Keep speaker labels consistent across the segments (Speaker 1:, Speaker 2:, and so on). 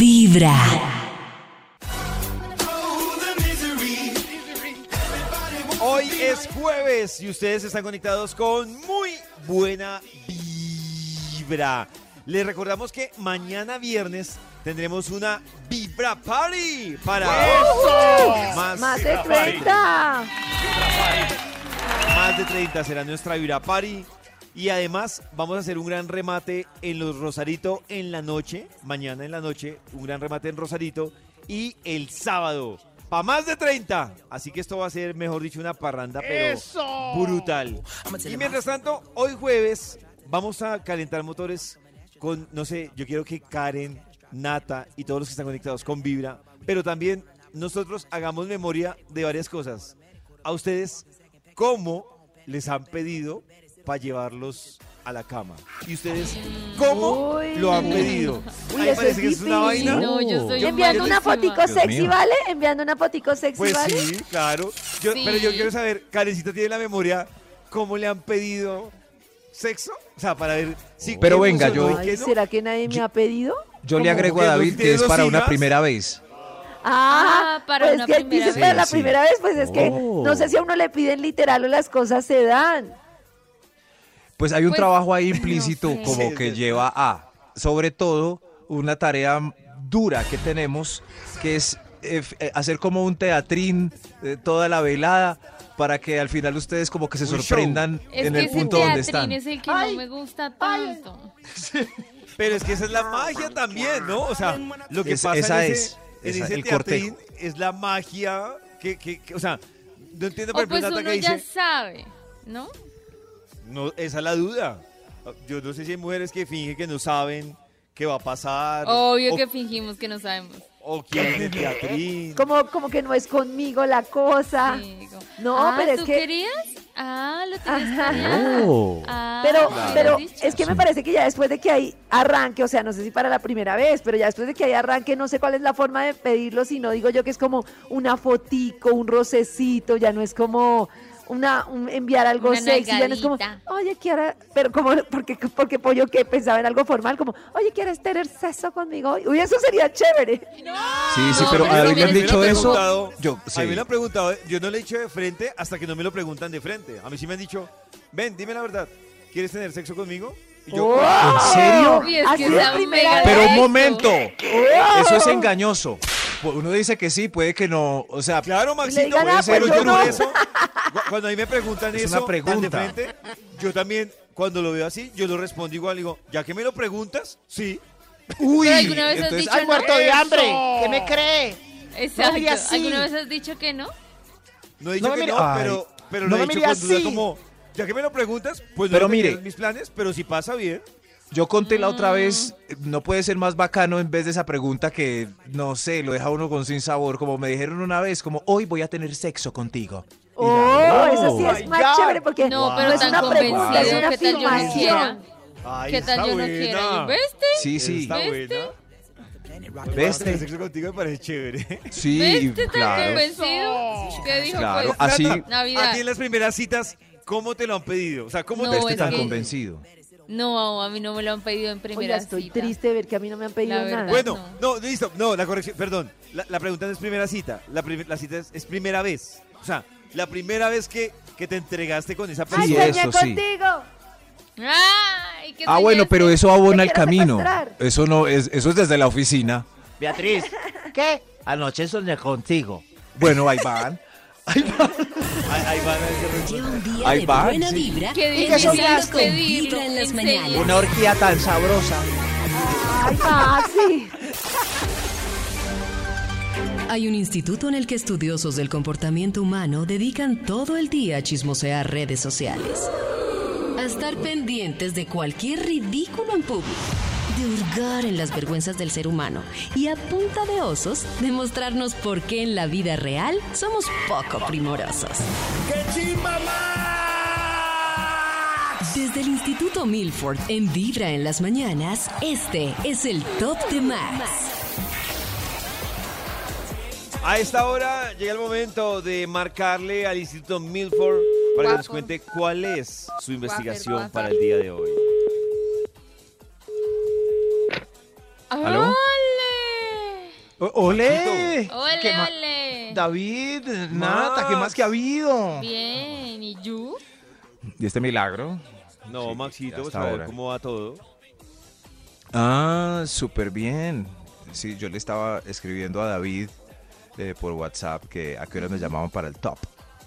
Speaker 1: Vibra.
Speaker 2: Hoy es jueves y ustedes están conectados con muy buena vibra. Les recordamos que mañana viernes tendremos una Vibra Party para Más,
Speaker 3: Más de 30.
Speaker 2: más de 30 será nuestra Vibra Party. Y además vamos a hacer un gran remate en los Rosarito en la noche, mañana en la noche, un gran remate en Rosarito y el sábado. Para más de 30. Así que esto va a ser, mejor dicho, una parranda, pero brutal. Y mientras tanto, hoy jueves vamos a calentar motores con, no sé, yo quiero que Karen, Nata y todos los que están conectados con Vibra, pero también nosotros hagamos memoria de varias cosas. A ustedes, ¿cómo les han pedido para llevarlos a la cama? Y ustedes, ¿cómo
Speaker 3: Uy.
Speaker 2: lo han pedido?
Speaker 3: Uy,
Speaker 2: Ahí
Speaker 3: eso
Speaker 2: parece
Speaker 3: es
Speaker 2: que es una
Speaker 3: difícil.
Speaker 2: vaina.
Speaker 4: No, yo soy
Speaker 3: Enviando
Speaker 2: yo
Speaker 4: malísima.
Speaker 3: una fotico
Speaker 5: Dios
Speaker 3: sexy,
Speaker 5: mío.
Speaker 3: ¿vale? Enviando una fotico sexy,
Speaker 2: Pues
Speaker 3: ¿vale?
Speaker 2: sí, claro. Yo-
Speaker 4: Sí.
Speaker 2: Pero yo quiero saber, Karencita tiene la memoria, ¿cómo le han pedido sexo? O sea, para ver si.
Speaker 5: Pero
Speaker 2: qué
Speaker 5: venga,
Speaker 2: funcionó
Speaker 5: yo-
Speaker 2: y
Speaker 3: Ay,
Speaker 2: qué no.
Speaker 3: ¿Será que nadie me
Speaker 5: Yo-
Speaker 3: ha pedido?
Speaker 5: Yo
Speaker 2: ¿Cómo?
Speaker 5: le agrego a
Speaker 2: ¿Que dos-
Speaker 5: David que
Speaker 2: tiene
Speaker 5: es
Speaker 2: dos
Speaker 5: para una
Speaker 2: hijas?
Speaker 5: primera vez.
Speaker 3: Ah,
Speaker 4: Ah, para
Speaker 3: pues
Speaker 4: una
Speaker 3: que
Speaker 4: primera
Speaker 3: dice
Speaker 5: vez.
Speaker 3: para la
Speaker 5: Sí, sí.
Speaker 3: primera vez, pues es que
Speaker 5: Oh.
Speaker 3: no sé si a uno le piden literal o las cosas se dan.
Speaker 5: Pues hay un
Speaker 4: Pues,
Speaker 5: trabajo ahí implícito
Speaker 4: no sé.
Speaker 5: como
Speaker 2: Sí,
Speaker 5: que
Speaker 2: sí.
Speaker 5: lleva a, sobre todo, una tarea dura que tenemos, que es eh, f- eh, hacer como un teatrín eh, toda la velada para que al final ustedes como que se
Speaker 2: Un show.
Speaker 5: sorprendan
Speaker 4: Es
Speaker 5: en
Speaker 4: que
Speaker 5: el
Speaker 4: ese
Speaker 5: punto donde están.
Speaker 4: teatrín es el que no me gusta tanto.
Speaker 2: Pero es que esa es la magia también, ¿no? O sea, lo que
Speaker 5: Es-
Speaker 2: pasa
Speaker 5: esa
Speaker 2: en ese,
Speaker 5: es,
Speaker 2: en
Speaker 5: esa,
Speaker 2: ese
Speaker 5: el
Speaker 2: teatrín es la magia que, que- que- o sea, no entiendo por
Speaker 4: O
Speaker 2: qué
Speaker 4: pues
Speaker 2: Nata
Speaker 4: uno
Speaker 2: que
Speaker 4: ya
Speaker 2: dice,
Speaker 4: sabe, ¿no?
Speaker 2: no, esa es la duda. Yo no sé si hay mujeres que fingen que no saben qué va a pasar.
Speaker 4: Obvio
Speaker 2: o,
Speaker 4: que fingimos que no sabemos.
Speaker 2: o quieren el teatrín.
Speaker 3: Como, como que no es conmigo la cosa.
Speaker 4: Sí, digo,
Speaker 3: No,
Speaker 4: ah,
Speaker 3: pero es
Speaker 4: ¿tú
Speaker 3: que-
Speaker 4: querías? Ah, lo tenías
Speaker 3: Ajá.
Speaker 4: planeado.
Speaker 5: Oh.
Speaker 4: Ah,
Speaker 3: Pero,
Speaker 4: me hubieras
Speaker 3: pero
Speaker 4: dicho.
Speaker 3: es que me parece que ya después de que hay arranque, o sea, no sé si para la primera vez, pero ya después de que hay arranque, no sé cuál es la forma de pedirlo, sino digo yo que es como una fotico, un rocecito, ya no es como una un- enviar algo
Speaker 4: Una
Speaker 3: sexy, ya no es como,
Speaker 4: nalgadita.
Speaker 3: oye, Kiara, pero como, porque, porque pollo que pensaba en algo formal, como, oye, ¿quieres tener sexo conmigo? hoy?". Uy, eso sería chévere.
Speaker 5: Sí, sí, pero
Speaker 4: No, pero
Speaker 5: a David
Speaker 4: eso
Speaker 5: le han
Speaker 4: hubiera
Speaker 5: dicho
Speaker 4: sido
Speaker 5: eso.
Speaker 2: preguntado-
Speaker 5: Yo,
Speaker 2: A mí me
Speaker 5: sí.
Speaker 2: lo han preguntado, yo no le he dicho de frente hasta que no me lo preguntan de frente. A mí sí me han dicho, ven, dime la verdad, ¿quieres tener sexo conmigo? Y yo,
Speaker 3: ¡Oh!
Speaker 5: ¿En serio?
Speaker 4: Uy, es
Speaker 3: Así
Speaker 4: que
Speaker 3: de
Speaker 4: está
Speaker 3: primera
Speaker 4: mega
Speaker 3: vez.
Speaker 5: Pero un
Speaker 4: Eso.
Speaker 5: momento,
Speaker 3: ¡Oh!
Speaker 5: eso es engañoso. Uno dice que sí, puede que no, o sea,
Speaker 2: Claro, Maxito,
Speaker 3: digan, ah,
Speaker 2: pero
Speaker 3: pues
Speaker 2: yo
Speaker 3: yo
Speaker 2: no
Speaker 3: no.
Speaker 2: eso. cu- Cuando a mí me preguntan
Speaker 5: Es
Speaker 2: eso,
Speaker 5: una
Speaker 2: tan de
Speaker 5: pregunta.
Speaker 2: frente, yo también, cuando lo veo así, yo lo respondo igual. Digo, ya que me lo preguntas, sí.
Speaker 5: uy,
Speaker 4: Pero
Speaker 3: Ah,
Speaker 4: alguna vez has dicho
Speaker 5: ay,
Speaker 4: no.
Speaker 5: muerto de hambre.
Speaker 6: ¿Qué me cree?
Speaker 4: Exacto.
Speaker 6: mire así.
Speaker 4: ¿Alguna vez has dicho que no?
Speaker 2: No he dicho
Speaker 5: No me
Speaker 2: que
Speaker 5: mire-
Speaker 2: no,
Speaker 5: Ay,
Speaker 2: pero, pero
Speaker 5: no
Speaker 2: lo he
Speaker 5: me
Speaker 2: dicho
Speaker 5: mire
Speaker 2: con duda
Speaker 5: así.
Speaker 2: como, ya que me lo preguntas, pues
Speaker 5: Pero
Speaker 2: no
Speaker 5: mire.
Speaker 2: mire mis planes, pero si pasa bien.
Speaker 5: Yo conté la
Speaker 3: Mm.
Speaker 5: otra vez, eh, no puede ser más bacano en vez de esa pregunta que, no sé, lo deja uno con sin sabor, como me dijeron una vez, como hoy voy a tener sexo contigo. Y
Speaker 3: Oh,
Speaker 5: la-
Speaker 3: eso sí
Speaker 5: ¡Oh!
Speaker 3: es más chévere porque
Speaker 4: No,
Speaker 3: no,
Speaker 4: pero
Speaker 3: es
Speaker 4: tan
Speaker 3: una pregunta, es
Speaker 4: convencido,
Speaker 3: una
Speaker 4: ¿qué tal yo no quisiera?
Speaker 3: afirmación.
Speaker 2: Ay,
Speaker 4: ¿Qué tal
Speaker 2: está
Speaker 4: yo no
Speaker 2: buena.
Speaker 4: quiera? Yo, ¿Viste?
Speaker 5: Sí, sí,
Speaker 2: Está
Speaker 4: ¿Viste?
Speaker 2: buena.
Speaker 5: ¿Ves?
Speaker 2: Tener sexo contigo me parece chévere.
Speaker 5: sí,
Speaker 4: ¿Viste tan
Speaker 5: claro.
Speaker 4: convencido? ¿Qué dijo?
Speaker 5: Claro,
Speaker 4: Pues,
Speaker 5: así-
Speaker 4: Navidad.
Speaker 2: Aquí en las primeras citas, ¿cómo te lo han pedido? O sea, ¿cómo
Speaker 4: No,
Speaker 2: te
Speaker 5: Este
Speaker 4: es
Speaker 5: tan
Speaker 4: que-
Speaker 5: convencido.
Speaker 4: No, a mí no me lo han pedido en primera
Speaker 3: Oiga, estoy
Speaker 4: cita.
Speaker 3: triste de ver que a mí no me han pedido
Speaker 4: La verdad.
Speaker 3: nada.
Speaker 2: Bueno, no.
Speaker 4: no.
Speaker 2: listo. No, la corrección, perdón. La, la pregunta no es primera cita. La, prim- la cita es, es primera vez. O sea, la primera vez que, que te entregaste con esa
Speaker 5: Ay,
Speaker 3: ¡Ay,
Speaker 5: Sí,
Speaker 2: persona.
Speaker 5: soñé
Speaker 3: soñé
Speaker 5: eso sí.
Speaker 3: contigo!
Speaker 4: Ay, ¿qué
Speaker 5: Ah, bueno,
Speaker 4: soñaste?
Speaker 5: pero eso abona
Speaker 3: Te
Speaker 5: el
Speaker 3: quiero
Speaker 5: camino.
Speaker 3: secuestrar.
Speaker 5: Eso no es, eso es desde la oficina.
Speaker 6: Beatriz, ¿qué? Anoche soñé contigo.
Speaker 5: Bueno, ahí van.
Speaker 2: Ahí- ahí van a decir-
Speaker 1: Lleva un día
Speaker 5: Ahí
Speaker 1: de
Speaker 5: va,
Speaker 1: buena
Speaker 5: sí.
Speaker 1: vibra.
Speaker 4: Qué
Speaker 1: y
Speaker 4: difícil
Speaker 1: mezclado
Speaker 4: es
Speaker 1: con
Speaker 4: pedirlo,
Speaker 1: vibra en las
Speaker 4: enseña.
Speaker 1: mañanas.
Speaker 6: Una orgía tan sabrosa.
Speaker 3: ¡Ay, Maxi!
Speaker 1: Hay un instituto en el que estudiosos del comportamiento humano dedican todo el día a chismosear redes sociales. A estar pendientes de cualquier ridículo en público. De hurgar en las vergüenzas del ser humano. Y a punta de osos, demostrarnos por qué en la vida real somos poco primorosos. Desde el Instituto Milford, en Vibra en las Mañanas, este es el Top de Max.
Speaker 2: A esta hora llega el momento de marcarle al Instituto Milford para que nos
Speaker 4: Guapo.
Speaker 2: cuente cuál es su investigación
Speaker 4: guapa.
Speaker 2: para el día de hoy.
Speaker 4: ¡Ale!
Speaker 5: ¿Aló? O- ¡Ole! ¿Qué
Speaker 4: Ole,
Speaker 5: ma-
Speaker 4: ole.
Speaker 5: David, Nata, ¿qué más que ha habido?
Speaker 4: Bien, ¿y you?
Speaker 5: ¿Y este milagro?
Speaker 2: No,
Speaker 5: Sí,
Speaker 2: Maxito, pues
Speaker 5: hasta
Speaker 2: a ver
Speaker 5: ahora.
Speaker 2: cómo va todo.
Speaker 5: Ah, súper bien. Sí, yo le estaba escribiendo a David eh, por WhatsApp que a qué hora me llamaban para el top.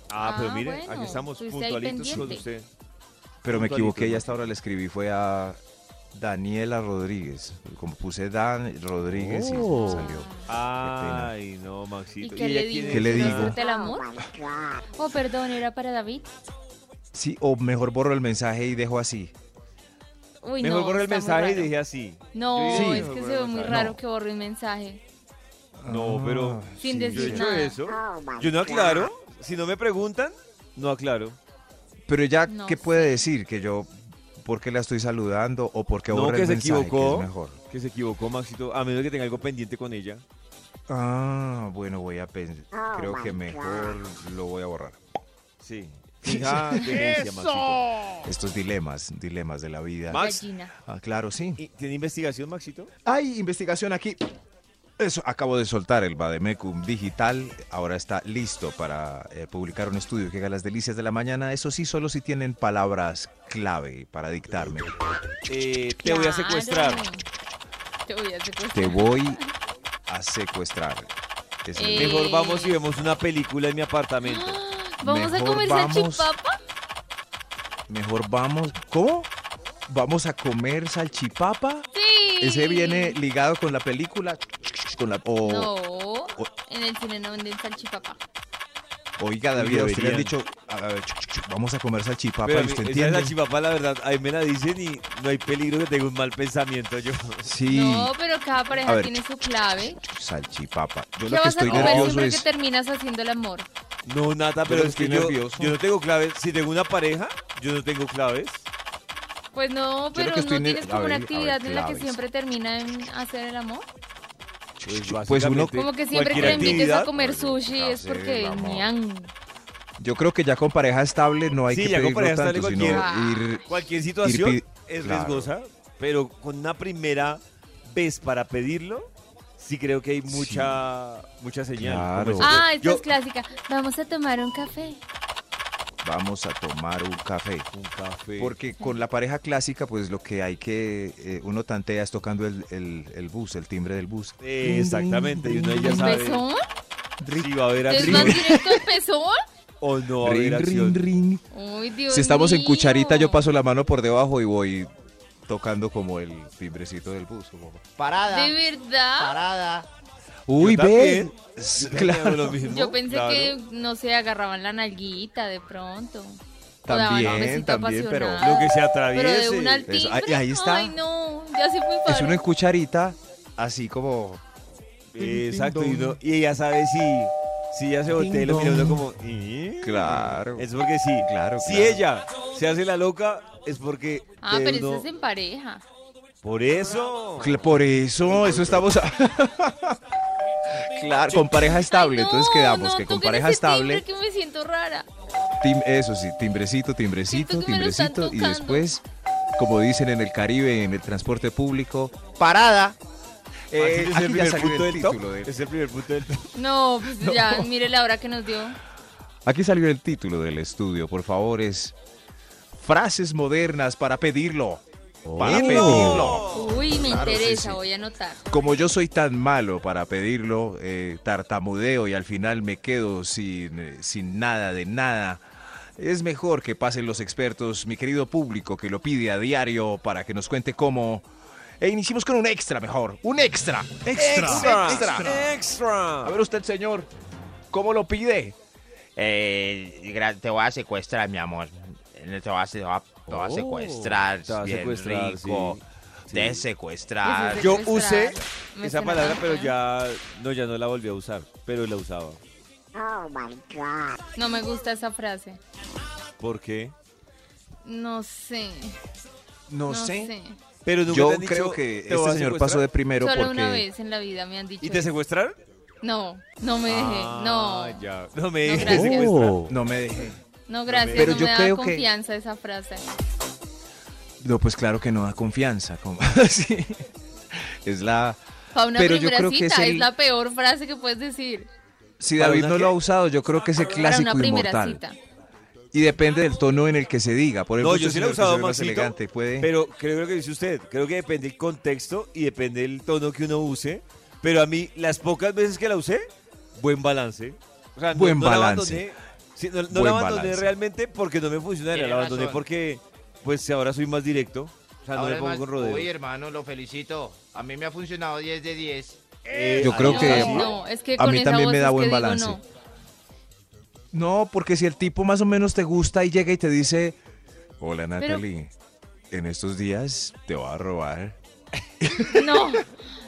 Speaker 2: Ah, pero
Speaker 4: Ah,
Speaker 2: mire,
Speaker 4: bueno,
Speaker 2: aquí estamos
Speaker 4: estuviste ahí
Speaker 2: puntualitos con
Speaker 4: pendiente.
Speaker 2: usted.
Speaker 5: Pero me
Speaker 2: Puntualito,
Speaker 5: equivoqué y
Speaker 2: ¿no?
Speaker 5: hasta ahora le escribí fue a Daniela Rodríguez. Como puse Dan Rodríguez
Speaker 2: Oh.
Speaker 5: y salió.
Speaker 2: Ay, no, Maxito.
Speaker 4: ¿Y qué le
Speaker 2: ella quién
Speaker 4: digo?
Speaker 5: ¿Qué le
Speaker 2: es?
Speaker 4: ¿No
Speaker 5: digo?
Speaker 4: disfruta el amor? Oh, perdón, era para David.
Speaker 5: Sí, o mejor borro el mensaje y dejo así.
Speaker 4: Uy,
Speaker 2: Mejor
Speaker 4: no,
Speaker 2: borré el
Speaker 4: está muy
Speaker 2: mensaje y
Speaker 4: raro.
Speaker 2: dije así.
Speaker 4: No,
Speaker 2: Yo diría
Speaker 4: es
Speaker 2: mejor
Speaker 4: que se
Speaker 2: borré el
Speaker 4: ve muy
Speaker 2: mensaje.
Speaker 4: raro que borre un mensaje.
Speaker 2: No, pero
Speaker 5: Ah,
Speaker 4: Sin
Speaker 2: yo
Speaker 4: decir
Speaker 2: he hecho
Speaker 4: nada.
Speaker 2: eso. Yo no aclaro. Si no me preguntan, no aclaro.
Speaker 5: Pero ya,
Speaker 4: No
Speaker 5: ¿qué puede decir? Que yo, ¿por qué la estoy saludando? ¿O por qué
Speaker 2: No,
Speaker 5: borré
Speaker 2: que
Speaker 5: el
Speaker 2: se
Speaker 5: mensaje? que es
Speaker 2: equivocó.
Speaker 5: mejor.
Speaker 2: Que se equivocó, Maxito. A menos que tenga algo pendiente con ella.
Speaker 5: Ah, bueno, voy a pensar. Creo que mejor lo voy a borrar. Ah,
Speaker 2: Sí. Fija, gerencia, Maxito.
Speaker 5: Estos dilemas, dilemas de la vida.
Speaker 2: Max.
Speaker 4: Gallina.
Speaker 5: Ah, claro, sí.
Speaker 2: ¿Y ¿Tiene investigación, Maxito?
Speaker 5: Hay investigación aquí. Eso, acabo de soltar el Bademecum digital. Ahora está listo para eh, publicar un estudio que haga las delicias de la mañana. Eso sí, solo si tienen palabras clave para dictarme.
Speaker 2: Eh, te voy a secuestrar.
Speaker 4: Claro. Te voy a secuestrar.
Speaker 5: Te voy a secuestrar. Es el-
Speaker 4: Eh,
Speaker 2: Mejor vamos y vemos una película en mi apartamento.
Speaker 4: ¿Vamos a
Speaker 5: Mejor
Speaker 4: comer
Speaker 5: vamos-
Speaker 4: salchipapa?
Speaker 5: Mejor vamos. ¿Cómo? ¿Vamos a comer salchipapa?
Speaker 4: Sí.
Speaker 5: Ese viene ligado con la película. Con la, o-
Speaker 4: No, en el cine no venden salchipapa.
Speaker 5: Oiga, David, a usted le
Speaker 2: Deberían.
Speaker 5: han dicho, a ver, chuc, chuc, vamos a comer salchipapa
Speaker 2: Pero a
Speaker 5: y
Speaker 2: mí-
Speaker 5: usted
Speaker 2: esa es la
Speaker 5: entiende.
Speaker 2: chipapa, la verdad, ahí me la dicen y no hay peligro que tenga un mal pensamiento yo.
Speaker 5: Sí,
Speaker 4: No, pero cada
Speaker 5: A
Speaker 4: pareja
Speaker 5: ver.
Speaker 4: tiene su clave.
Speaker 5: salchipapa. Yo
Speaker 4: ¿Qué
Speaker 5: lo que
Speaker 4: vas a
Speaker 5: estoy
Speaker 4: comer
Speaker 5: nervioso
Speaker 4: siempre que
Speaker 5: es...
Speaker 4: terminas haciendo el amor?
Speaker 2: No, Nata, pero
Speaker 5: Pero
Speaker 2: es que
Speaker 5: estoy
Speaker 2: yo,
Speaker 5: nervioso.
Speaker 2: yo no tengo claves. Si tengo una pareja, yo no tengo claves.
Speaker 4: Pues
Speaker 5: creo
Speaker 4: no, pero
Speaker 5: que
Speaker 4: no
Speaker 5: estoy en el-
Speaker 4: tienes como
Speaker 5: a
Speaker 4: una
Speaker 5: ver, a ver,
Speaker 4: actividad en la que
Speaker 5: claves.
Speaker 4: siempre termina en hacer el amor.
Speaker 5: Pues, uno,
Speaker 2: básicamente-
Speaker 4: Como que siempre que
Speaker 2: Cualquier
Speaker 4: le invites
Speaker 2: actividad,
Speaker 4: a comer sushi
Speaker 5: hacer
Speaker 4: es porque
Speaker 5: el amor.
Speaker 4: ñan.
Speaker 5: yo creo que ya con pareja estable no hay
Speaker 2: Sí,
Speaker 5: que
Speaker 2: ya con
Speaker 5: pedirlo
Speaker 2: pareja estable
Speaker 5: tanto, sino
Speaker 4: cualquiera.
Speaker 5: ir...
Speaker 2: Cualquier situación
Speaker 5: Ir pi-
Speaker 2: es
Speaker 5: claro.
Speaker 2: riesgosa, pero con una primera vez para pedirlo, sí creo que hay mucha, mucha señal.
Speaker 5: Claro.
Speaker 2: Como eso.
Speaker 4: Ah, esta
Speaker 2: Yo-
Speaker 4: es clásica. Vamos a tomar un café.
Speaker 5: Vamos a tomar un café.
Speaker 2: Un café.
Speaker 5: Porque con la pareja clásica, pues lo que hay que... eh, uno tantea es tocando el, el- el bus, el timbre del bus.
Speaker 2: Eh, exactamente, y uno ahí ya
Speaker 4: ¿Un
Speaker 2: sabe
Speaker 4: pezón?
Speaker 2: si va a haber
Speaker 4: ¿Entonces vas
Speaker 2: acción
Speaker 4: directo al pezón?
Speaker 2: o no va a haber
Speaker 5: Ring,
Speaker 2: acción.
Speaker 5: ring, ring.
Speaker 4: Uy, Dios
Speaker 5: Si estamos en
Speaker 4: mío.
Speaker 5: cucharita, yo paso la mano por debajo y voy tocando como el timbrecito del bus. como-
Speaker 6: Parada.
Speaker 4: ¿De verdad?
Speaker 6: Parada.
Speaker 5: Uy,
Speaker 2: también.
Speaker 5: ve.
Speaker 2: Yo
Speaker 5: S-
Speaker 2: también hago
Speaker 5: Claro.
Speaker 2: lo mismo,
Speaker 4: Yo pensé
Speaker 2: claro.
Speaker 4: que, no sé, agarraban la nalguita de pronto. O daban un
Speaker 5: También,
Speaker 4: besito
Speaker 5: también, pero
Speaker 4: apasionado.
Speaker 2: Lo que se
Speaker 4: Pero
Speaker 2: atraviese.
Speaker 4: de una al
Speaker 5: Eso,
Speaker 4: timbre.
Speaker 5: ahí- ahí pues, está.
Speaker 4: Ay, no, ya se fue
Speaker 5: es
Speaker 4: padre.
Speaker 5: uno en cucharita, así como.
Speaker 2: Exacto, y, uno- y ella sabe si, si ella se voltea y lo mira uno como... "¿Eh?".
Speaker 5: Claro.
Speaker 2: Es porque sí.
Speaker 5: Claro,
Speaker 2: Si
Speaker 5: claro.
Speaker 2: ella se hace la loca, es porque...
Speaker 4: Ah,
Speaker 2: de
Speaker 4: pero
Speaker 2: uno-
Speaker 4: eso es en pareja.
Speaker 2: Por eso.
Speaker 5: Cla- Por eso, eso estamos. a- claro, con pareja estable.
Speaker 4: Ay,
Speaker 5: Entonces
Speaker 4: no,
Speaker 5: quedamos
Speaker 4: no,
Speaker 5: que con
Speaker 4: toquen
Speaker 5: pareja
Speaker 4: ese
Speaker 5: estable.
Speaker 4: timbre que me siento rara.
Speaker 5: tim- eso sí, timbrecito, timbrecito,
Speaker 4: Siento que me lo están
Speaker 5: timbrecito. Y
Speaker 4: tocando.
Speaker 5: después, como dicen en el Caribe, en el transporte público.
Speaker 6: Parada.
Speaker 5: eh,
Speaker 2: Así que es el
Speaker 5: aquí ya
Speaker 2: primer
Speaker 5: salió
Speaker 2: punto
Speaker 5: el
Speaker 2: del top.
Speaker 5: título del-
Speaker 2: Es el primer punto del top.
Speaker 4: No, pues ya, mire la hora que nos dio.
Speaker 5: Aquí salió el título del estudio, por favor, es Frases modernas para pedirlo. Para pedirlo.
Speaker 4: Uy, me
Speaker 5: Claro, sí,
Speaker 4: interesa,
Speaker 5: sí.
Speaker 4: voy a anotar.
Speaker 5: Como yo soy tan malo para pedirlo, eh, tartamudeo y al final me quedo sin, eh, sin nada de nada. Es mejor que pasen los expertos, mi querido público que lo pide a diario para que nos cuente cómo. E iniciemos con un extra mejor. Un extra. Extra. Extra. A ver usted, señor, ¿cómo lo pide?
Speaker 6: Eh, gra- te voy a secuestrar, mi amor. Eh, Te voy a, se- te voy a- te voy a
Speaker 2: Oh,
Speaker 6: secuestrar.
Speaker 2: te voy a
Speaker 6: bien
Speaker 2: secuestrar,
Speaker 6: rico.
Speaker 2: sí.
Speaker 6: Te
Speaker 2: Sí.
Speaker 6: secuestrar.
Speaker 4: Ese
Speaker 2: Ah, Yo
Speaker 4: Secuestrar.
Speaker 2: usé
Speaker 4: Me
Speaker 2: esa
Speaker 4: suena
Speaker 2: palabra,
Speaker 4: tanto,
Speaker 2: pero
Speaker 4: ¿eh?
Speaker 2: ya no, ya no la volví a usar, pero la usaba.
Speaker 6: Oh,
Speaker 4: No me gusta esa frase.
Speaker 2: ¿Por qué?
Speaker 4: No sé.
Speaker 5: No,
Speaker 4: No sé.
Speaker 2: Pero nunca
Speaker 5: Yo
Speaker 2: te han dicho,
Speaker 5: creo que este
Speaker 2: "Te voy a
Speaker 5: señor
Speaker 2: secuestrar".
Speaker 5: pasó de primero
Speaker 4: Solo
Speaker 5: porque
Speaker 4: una vez en la vida me han dicho.
Speaker 2: ¿Y te
Speaker 4: eso.
Speaker 2: secuestraron?
Speaker 4: No, no me dejé.
Speaker 2: Ah,
Speaker 4: no.
Speaker 2: ya. No me dije
Speaker 4: gracias.
Speaker 2: secuestrar.
Speaker 7: Oh.
Speaker 5: no me dejé.
Speaker 4: No, gracias.
Speaker 5: Pero
Speaker 4: no
Speaker 5: yo
Speaker 4: me
Speaker 5: creo
Speaker 4: da
Speaker 5: que-
Speaker 4: confianza esa frase.
Speaker 5: No, pues claro que no da confianza. como- sí. Es la,
Speaker 4: Para una
Speaker 5: Pero yo
Speaker 4: primera
Speaker 5: creo que
Speaker 4: cita
Speaker 5: es
Speaker 4: es,
Speaker 5: el-
Speaker 4: la peor frase que puedes decir.
Speaker 5: Si
Speaker 2: ¿Para
Speaker 5: David
Speaker 2: una
Speaker 5: no
Speaker 2: qué?
Speaker 5: lo ha usado, yo creo que es el clásico
Speaker 4: para una primera
Speaker 5: inmortal.
Speaker 4: cita.
Speaker 5: Y depende del tono en el que se diga. Por ejemplo,
Speaker 2: No, yo
Speaker 5: este
Speaker 2: sí lo
Speaker 5: señor
Speaker 2: he
Speaker 5: que
Speaker 2: usado
Speaker 5: se ve más
Speaker 2: Maxito,
Speaker 5: elegante. Puede...
Speaker 2: Pero creo que lo que dice usted, creo que depende el contexto y depende el tono que uno use. Pero a mí, las pocas veces que la usé, buen balance. O sea, no-
Speaker 5: Buen
Speaker 2: no la
Speaker 5: balance.
Speaker 2: abandoné. Sí, no no
Speaker 5: Buen
Speaker 2: la abandoné
Speaker 5: balance.
Speaker 2: realmente porque no me funcionaría.
Speaker 6: Tiene
Speaker 2: La abandoné
Speaker 6: razón.
Speaker 2: porque, pues ahora soy más directo. O sea, no
Speaker 6: Ahora
Speaker 2: me
Speaker 6: es
Speaker 2: pongo
Speaker 6: más-
Speaker 2: con rodeo.
Speaker 6: Uy, hermano, lo felicito. A mí me ha funcionado 10 de 10.
Speaker 5: Yo creo
Speaker 4: No,
Speaker 5: que
Speaker 4: no, es que
Speaker 5: a
Speaker 4: con
Speaker 5: mí
Speaker 4: esa
Speaker 5: también
Speaker 4: voz
Speaker 5: me da
Speaker 4: es que
Speaker 5: buen
Speaker 4: digo
Speaker 5: balance.
Speaker 4: no.
Speaker 5: No, porque si el tipo más o menos te gusta y llega y te dice, hola Natalie, en estos días te voy a robar.
Speaker 4: No,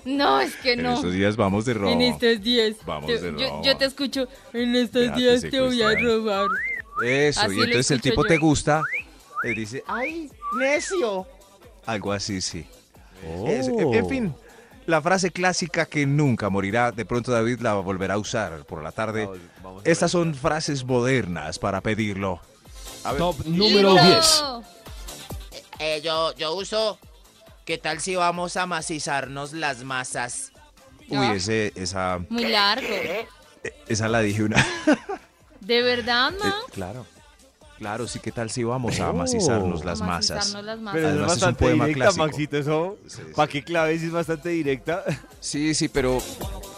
Speaker 4: no, es que
Speaker 5: En
Speaker 4: no.
Speaker 5: estos días vamos de robo.
Speaker 4: En estos días.
Speaker 5: Vamos
Speaker 4: Te-
Speaker 5: de
Speaker 4: yo,
Speaker 5: robo.
Speaker 4: yo te escucho. En
Speaker 5: Ya
Speaker 4: estos
Speaker 5: te
Speaker 4: días te voy a
Speaker 5: secuestraron.
Speaker 4: robar.
Speaker 5: Eso,
Speaker 4: Así
Speaker 5: y
Speaker 4: lo
Speaker 5: entonces el
Speaker 4: escucho
Speaker 5: tipo
Speaker 4: yo.
Speaker 5: te gusta, te dice
Speaker 6: ¡Ay, necio!
Speaker 5: algo así, sí. Es- en-
Speaker 2: Oh.
Speaker 5: en fin, la frase clásica que nunca morirá, de pronto David la volverá a usar por la tarde.
Speaker 2: Vamos- vamos a
Speaker 5: Estas son frases modernas para pedirlo.
Speaker 8: Top número
Speaker 4: ¡Libro!
Speaker 8: 10.
Speaker 6: Eh, yo, yo uso. ¿Qué tal si vamos a macizarnos las masas?
Speaker 5: Uy,
Speaker 4: Ah.
Speaker 5: ese, esa,
Speaker 4: Muy largo.
Speaker 5: esa la dije una.
Speaker 4: ¿De verdad,
Speaker 5: Eh,
Speaker 4: ma?
Speaker 5: claro. Claro, sí, ¿qué tal si vamos a macizarnos las masas?
Speaker 4: Amacizarnos las
Speaker 2: Pero
Speaker 4: masas.
Speaker 2: es
Speaker 5: Además, es un
Speaker 2: bastante
Speaker 5: poema
Speaker 2: directa,
Speaker 5: clásico.
Speaker 2: Maxito, eso.
Speaker 5: Sí, sí.
Speaker 2: ¿Para qué claves es bastante directa?
Speaker 5: Sí, sí, pero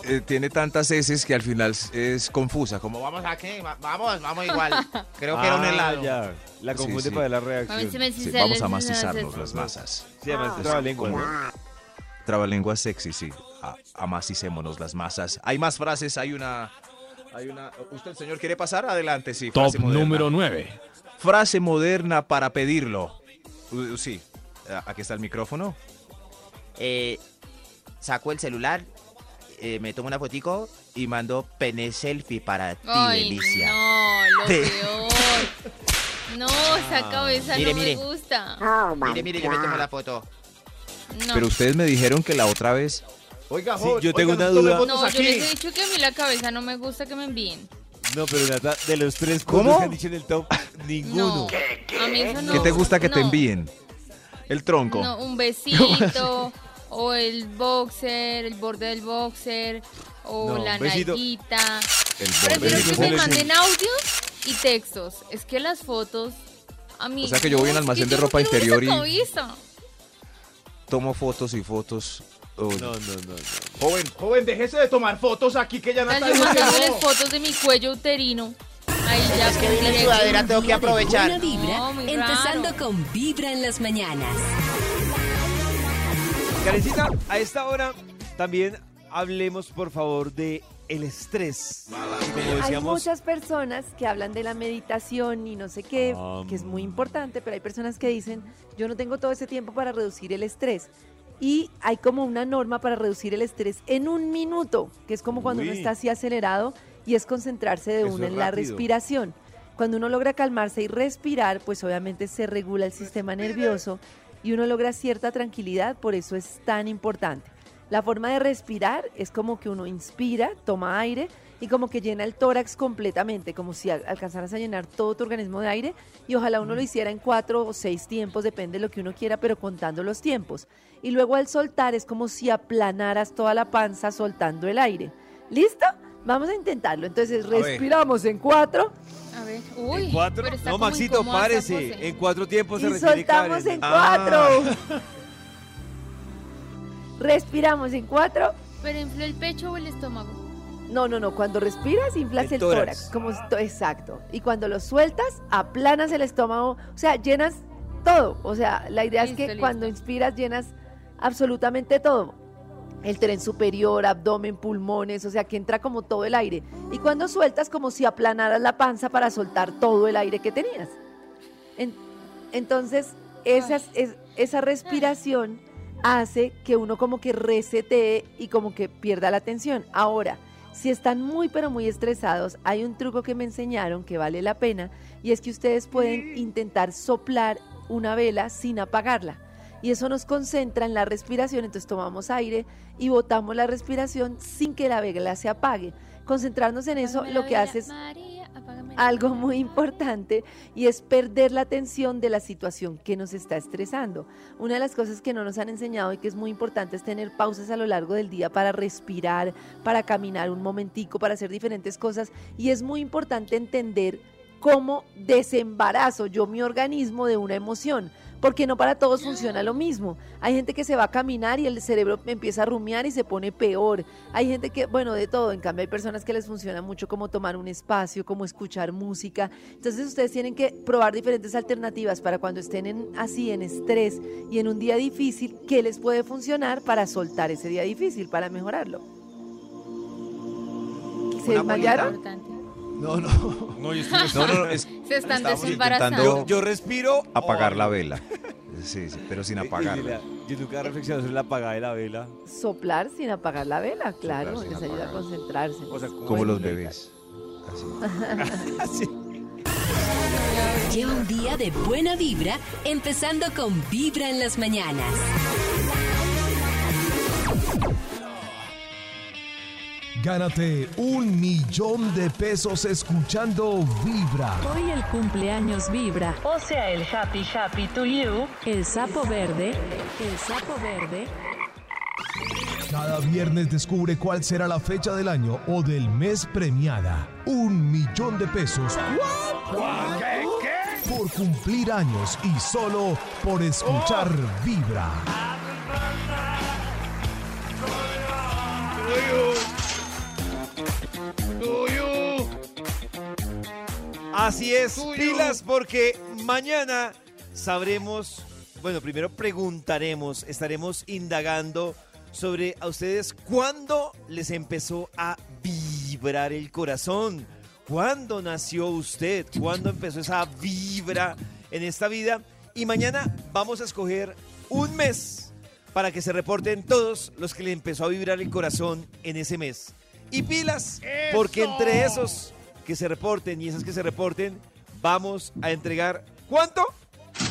Speaker 5: eh, tiene tantas heces que al final es- es confusa. Como
Speaker 6: ¿O
Speaker 5: vamos
Speaker 6: vamos a qué? Va- Vamos, vamos igual. Creo que era un
Speaker 2: Ah,
Speaker 6: helado.
Speaker 2: ya. La
Speaker 5: Sí,
Speaker 2: confunde
Speaker 5: sí.
Speaker 2: para la
Speaker 4: A mí
Speaker 2: reacción.
Speaker 4: se me
Speaker 5: sí,
Speaker 4: dice
Speaker 5: vamos a
Speaker 4: las-
Speaker 5: macizarnos
Speaker 4: las-
Speaker 5: las masas.
Speaker 2: Sí, además,
Speaker 4: Ah.
Speaker 5: Es
Speaker 2: traba lengua.
Speaker 5: como- Trabalengua sexy, sí. A- amacicémonos las masas. Hay más frases, hay una... Hay una... ¿Usted, señor, quiere pasar? Adelante, sí.
Speaker 8: Top
Speaker 5: frase moderna.
Speaker 8: número 9.
Speaker 5: Frase moderna para pedirlo. Uh, uh, sí. Ah, Aquí está el micrófono.
Speaker 6: Eh, saco el celular, eh, me tomo una fotico y mando pene selfie para ti,
Speaker 4: Ay,
Speaker 6: delicia.
Speaker 4: no, lo
Speaker 6: Te-
Speaker 4: peor. No,
Speaker 5: Ah,
Speaker 4: esa cabeza
Speaker 6: Mire,
Speaker 4: no
Speaker 6: mire.
Speaker 4: me gusta.
Speaker 5: Oh,
Speaker 6: Mire, mire, yo me tomo la foto.
Speaker 4: No.
Speaker 5: Pero ustedes me dijeron que la otra vez...
Speaker 6: Oiga,
Speaker 2: Sí, jo, yo tengo oiga, una no duda. tomen
Speaker 4: No, yo les he dicho que a mí la cabeza no me gusta que me envíen.
Speaker 2: No, pero Nata, de los tres
Speaker 5: ¿Cómo?
Speaker 2: puntos que han dicho en el top, ninguno.
Speaker 4: No. A mí eso no.
Speaker 5: ¿Qué te gusta que te
Speaker 4: no.
Speaker 5: envíen? El tronco.
Speaker 4: No, un besito, o el boxer, el borde del boxer, o
Speaker 2: No,
Speaker 4: la
Speaker 2: un besito.
Speaker 4: nalguita.
Speaker 5: El borde
Speaker 4: Prefiero
Speaker 5: del
Speaker 4: que
Speaker 2: se
Speaker 4: me
Speaker 2: le-
Speaker 5: boxer.
Speaker 4: manden audios y textos. Es que las fotos, a mí...
Speaker 5: O sea que yo voy a un
Speaker 4: no, es
Speaker 5: almacén
Speaker 4: que
Speaker 5: de
Speaker 4: yo no
Speaker 5: ropa
Speaker 4: quiero ver
Speaker 5: interior
Speaker 4: esa
Speaker 5: y-
Speaker 4: cabeza.
Speaker 5: Tomo fotos y fotos. Oh,
Speaker 2: No, no, no. no.
Speaker 9: Joven, joven, déjese de tomar fotos aquí que ya
Speaker 4: O sea,
Speaker 9: Nata
Speaker 4: yo
Speaker 9: dijo que
Speaker 4: mandándoles
Speaker 9: no.
Speaker 4: fotos de mi cuello uterino. Ahí ya
Speaker 6: Es que viene
Speaker 4: directo.
Speaker 6: sudadera, tengo que
Speaker 1: Buena
Speaker 6: aprovechar.
Speaker 1: vibra,
Speaker 4: No, muy
Speaker 1: empezando
Speaker 4: raro.
Speaker 1: con Vibra en las mañanas.
Speaker 2: Karencita, a esta hora también hablemos, por favor, de el estrés. Y Como
Speaker 3: Hay
Speaker 2: decíamos,
Speaker 3: muchas personas que hablan de la meditación y no sé qué, que es muy
Speaker 2: Am.
Speaker 3: importante, pero hay personas que dicen, yo no tengo todo ese tiempo para reducir el estrés. Y hay como una norma para reducir el estrés en un minuto, que es como cuando uno
Speaker 2: Uy.
Speaker 3: está así acelerado y es concentrarse de
Speaker 2: Eso
Speaker 3: uno
Speaker 2: es
Speaker 3: en la
Speaker 2: rápido.
Speaker 3: respiración. Cuando uno logra calmarse y respirar, pues obviamente se regula el sistema nervioso y uno logra cierta tranquilidad, por eso es tan importante. La forma de respirar es como que uno inspira, toma aire y como que llena el tórax completamente, como si al- alcanzaras a llenar todo tu organismo de aire y ojalá uno lo hiciera en cuatro o seis tiempos, depende de lo que uno quiera, pero contando los tiempos. Y luego al soltar es como si aplanaras toda la panza soltando el aire. ¿Listo? Vamos a intentarlo. Entonces
Speaker 5: ver.
Speaker 3: respiramos en cuatro
Speaker 4: A ver, uy.
Speaker 2: en cuatro.
Speaker 4: pero está
Speaker 2: No,
Speaker 4: como
Speaker 2: Maxito,
Speaker 4: incómoda esa pose.
Speaker 2: párese. En cuatro tiempos se
Speaker 3: y
Speaker 2: retiene
Speaker 3: soltamos
Speaker 2: Karen.
Speaker 3: en
Speaker 5: Ah.
Speaker 3: cuatro. Respiramos en cuatro.
Speaker 4: Pero infló el pecho o el estómago.
Speaker 3: No, no, no. Cuando respiras, inflas
Speaker 2: El
Speaker 3: el,
Speaker 2: tórax.
Speaker 3: tórax. Como si to- exacto. Y cuando lo sueltas, aplanas el estómago. O sea, llenas todo. O sea, la idea
Speaker 4: Listo,
Speaker 3: es que
Speaker 4: listo.
Speaker 3: cuando inspiras, llenas absolutamente todo. El tren superior, abdomen, pulmones, o sea, que entra como todo el aire. Y cuando sueltas, como si aplanaras la panza para soltar todo el aire que tenías. En- entonces, esas, es- esa respiración hace que uno como que resetee y como que pierda la atención. Ahora, si están muy pero muy estresados, hay un truco que me enseñaron que vale la pena y es que ustedes pueden intentar soplar una vela sin apagarla. Y eso nos concentra en la respiración, entonces tomamos aire y botamos la respiración sin que la vela se apague. Concentrarnos en eso
Speaker 4: Apágame
Speaker 3: lo
Speaker 4: la
Speaker 3: que
Speaker 4: vela,
Speaker 3: hace es
Speaker 4: María, apágame
Speaker 3: algo muy importante y es perder la atención de la situación que nos está estresando. Una de las cosas que no nos han enseñado y que es muy importante es tener pausas a lo largo del día para respirar, para caminar un momentico, para hacer diferentes cosas y es muy importante entender cómo desembarazo yo mi organismo de una emoción, porque no para todos funciona lo mismo. Hay gente que se va a caminar y el cerebro empieza a rumiar y se pone peor. Hay gente que, bueno, de todo, en cambio hay personas que les funciona mucho como tomar un espacio, como escuchar música. Entonces ustedes tienen que probar diferentes alternativas para cuando estén en- así en estrés y en un día difícil, qué les puede funcionar para soltar ese día difícil, para mejorarlo. ¿Se
Speaker 6: Una
Speaker 3: desmayaron?
Speaker 4: Importante.
Speaker 5: No, no.
Speaker 2: No, yo estoy-
Speaker 5: No, no, es
Speaker 4: Se están
Speaker 5: Estamos
Speaker 4: desembarazando.
Speaker 5: intentando-
Speaker 2: Yo respiro.
Speaker 5: apagar
Speaker 2: Oh.
Speaker 5: la vela. Sí, sí, pero sin
Speaker 2: Y- y
Speaker 5: apagarla.
Speaker 2: la- Yo nunca he reflexionado sobre la apagada de la vela.
Speaker 3: Soplar sin apagar la vela, claro,
Speaker 5: sin
Speaker 3: les ayuda a
Speaker 5: apagar.
Speaker 3: concentrarse.
Speaker 2: O sea, ¿cómo
Speaker 5: Como
Speaker 2: es?
Speaker 5: los bebés. Así.
Speaker 2: Sí.
Speaker 1: Lleva un día de buena vibra, empezando con Vibra en las mañanas.
Speaker 7: Gánate un millón de pesos escuchando Vibra.
Speaker 10: Hoy el cumpleaños vibra. O sea, el happy happy to you. El sapo verde. El sapo verde.
Speaker 7: Cada viernes descubre cuál será la fecha del año o del mes premiada. Un millón de pesos. Por cumplir años y solo por escuchar
Speaker 2: Oh.
Speaker 7: Vibra.
Speaker 2: Así es, pilas, porque mañana sabremos, bueno, primero preguntaremos, estaremos indagando sobre a ustedes cuándo les empezó a vibrar el corazón, cuándo nació usted, cuándo empezó esa vibra en esta vida. Y mañana vamos a escoger un mes para que se reporten todos los que le empezó a vibrar el corazón en ese mes. Y pilas, porque entre esos que se reporten y esas que se reporten, vamos a entregar ¿cuánto?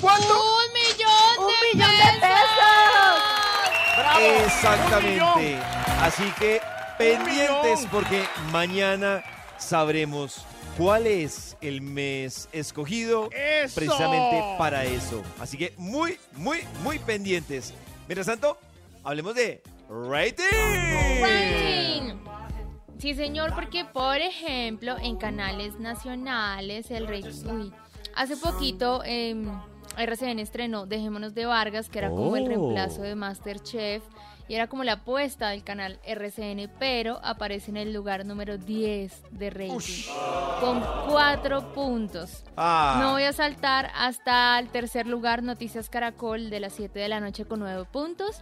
Speaker 2: ¿Cuánto?
Speaker 4: ¡Un millón
Speaker 3: ¡Un
Speaker 4: de
Speaker 3: millón de pesos!
Speaker 9: ¡Un
Speaker 2: Exactamente.
Speaker 9: millón!
Speaker 2: Así que pendientes porque mañana sabremos cuál es el mes escogido
Speaker 9: ¡Eso!
Speaker 2: precisamente para eso. Así que muy, muy, muy pendientes. Mientras tanto, hablemos de rating.
Speaker 4: Rating. Sí, señor, porque por ejemplo, en canales nacionales, el rey. Uy, hace poquito eh, RCN estrenó Dejémonos de Vargas, que era como el
Speaker 2: Oh.
Speaker 4: reemplazo de Masterchef. Y era como la apuesta del canal RCN, pero aparece en el lugar número 10 de rating. Con cuatro puntos.
Speaker 2: Ah.
Speaker 4: No voy a saltar hasta el tercer lugar, Noticias Caracol, de las 7 de la noche con 9 puntos.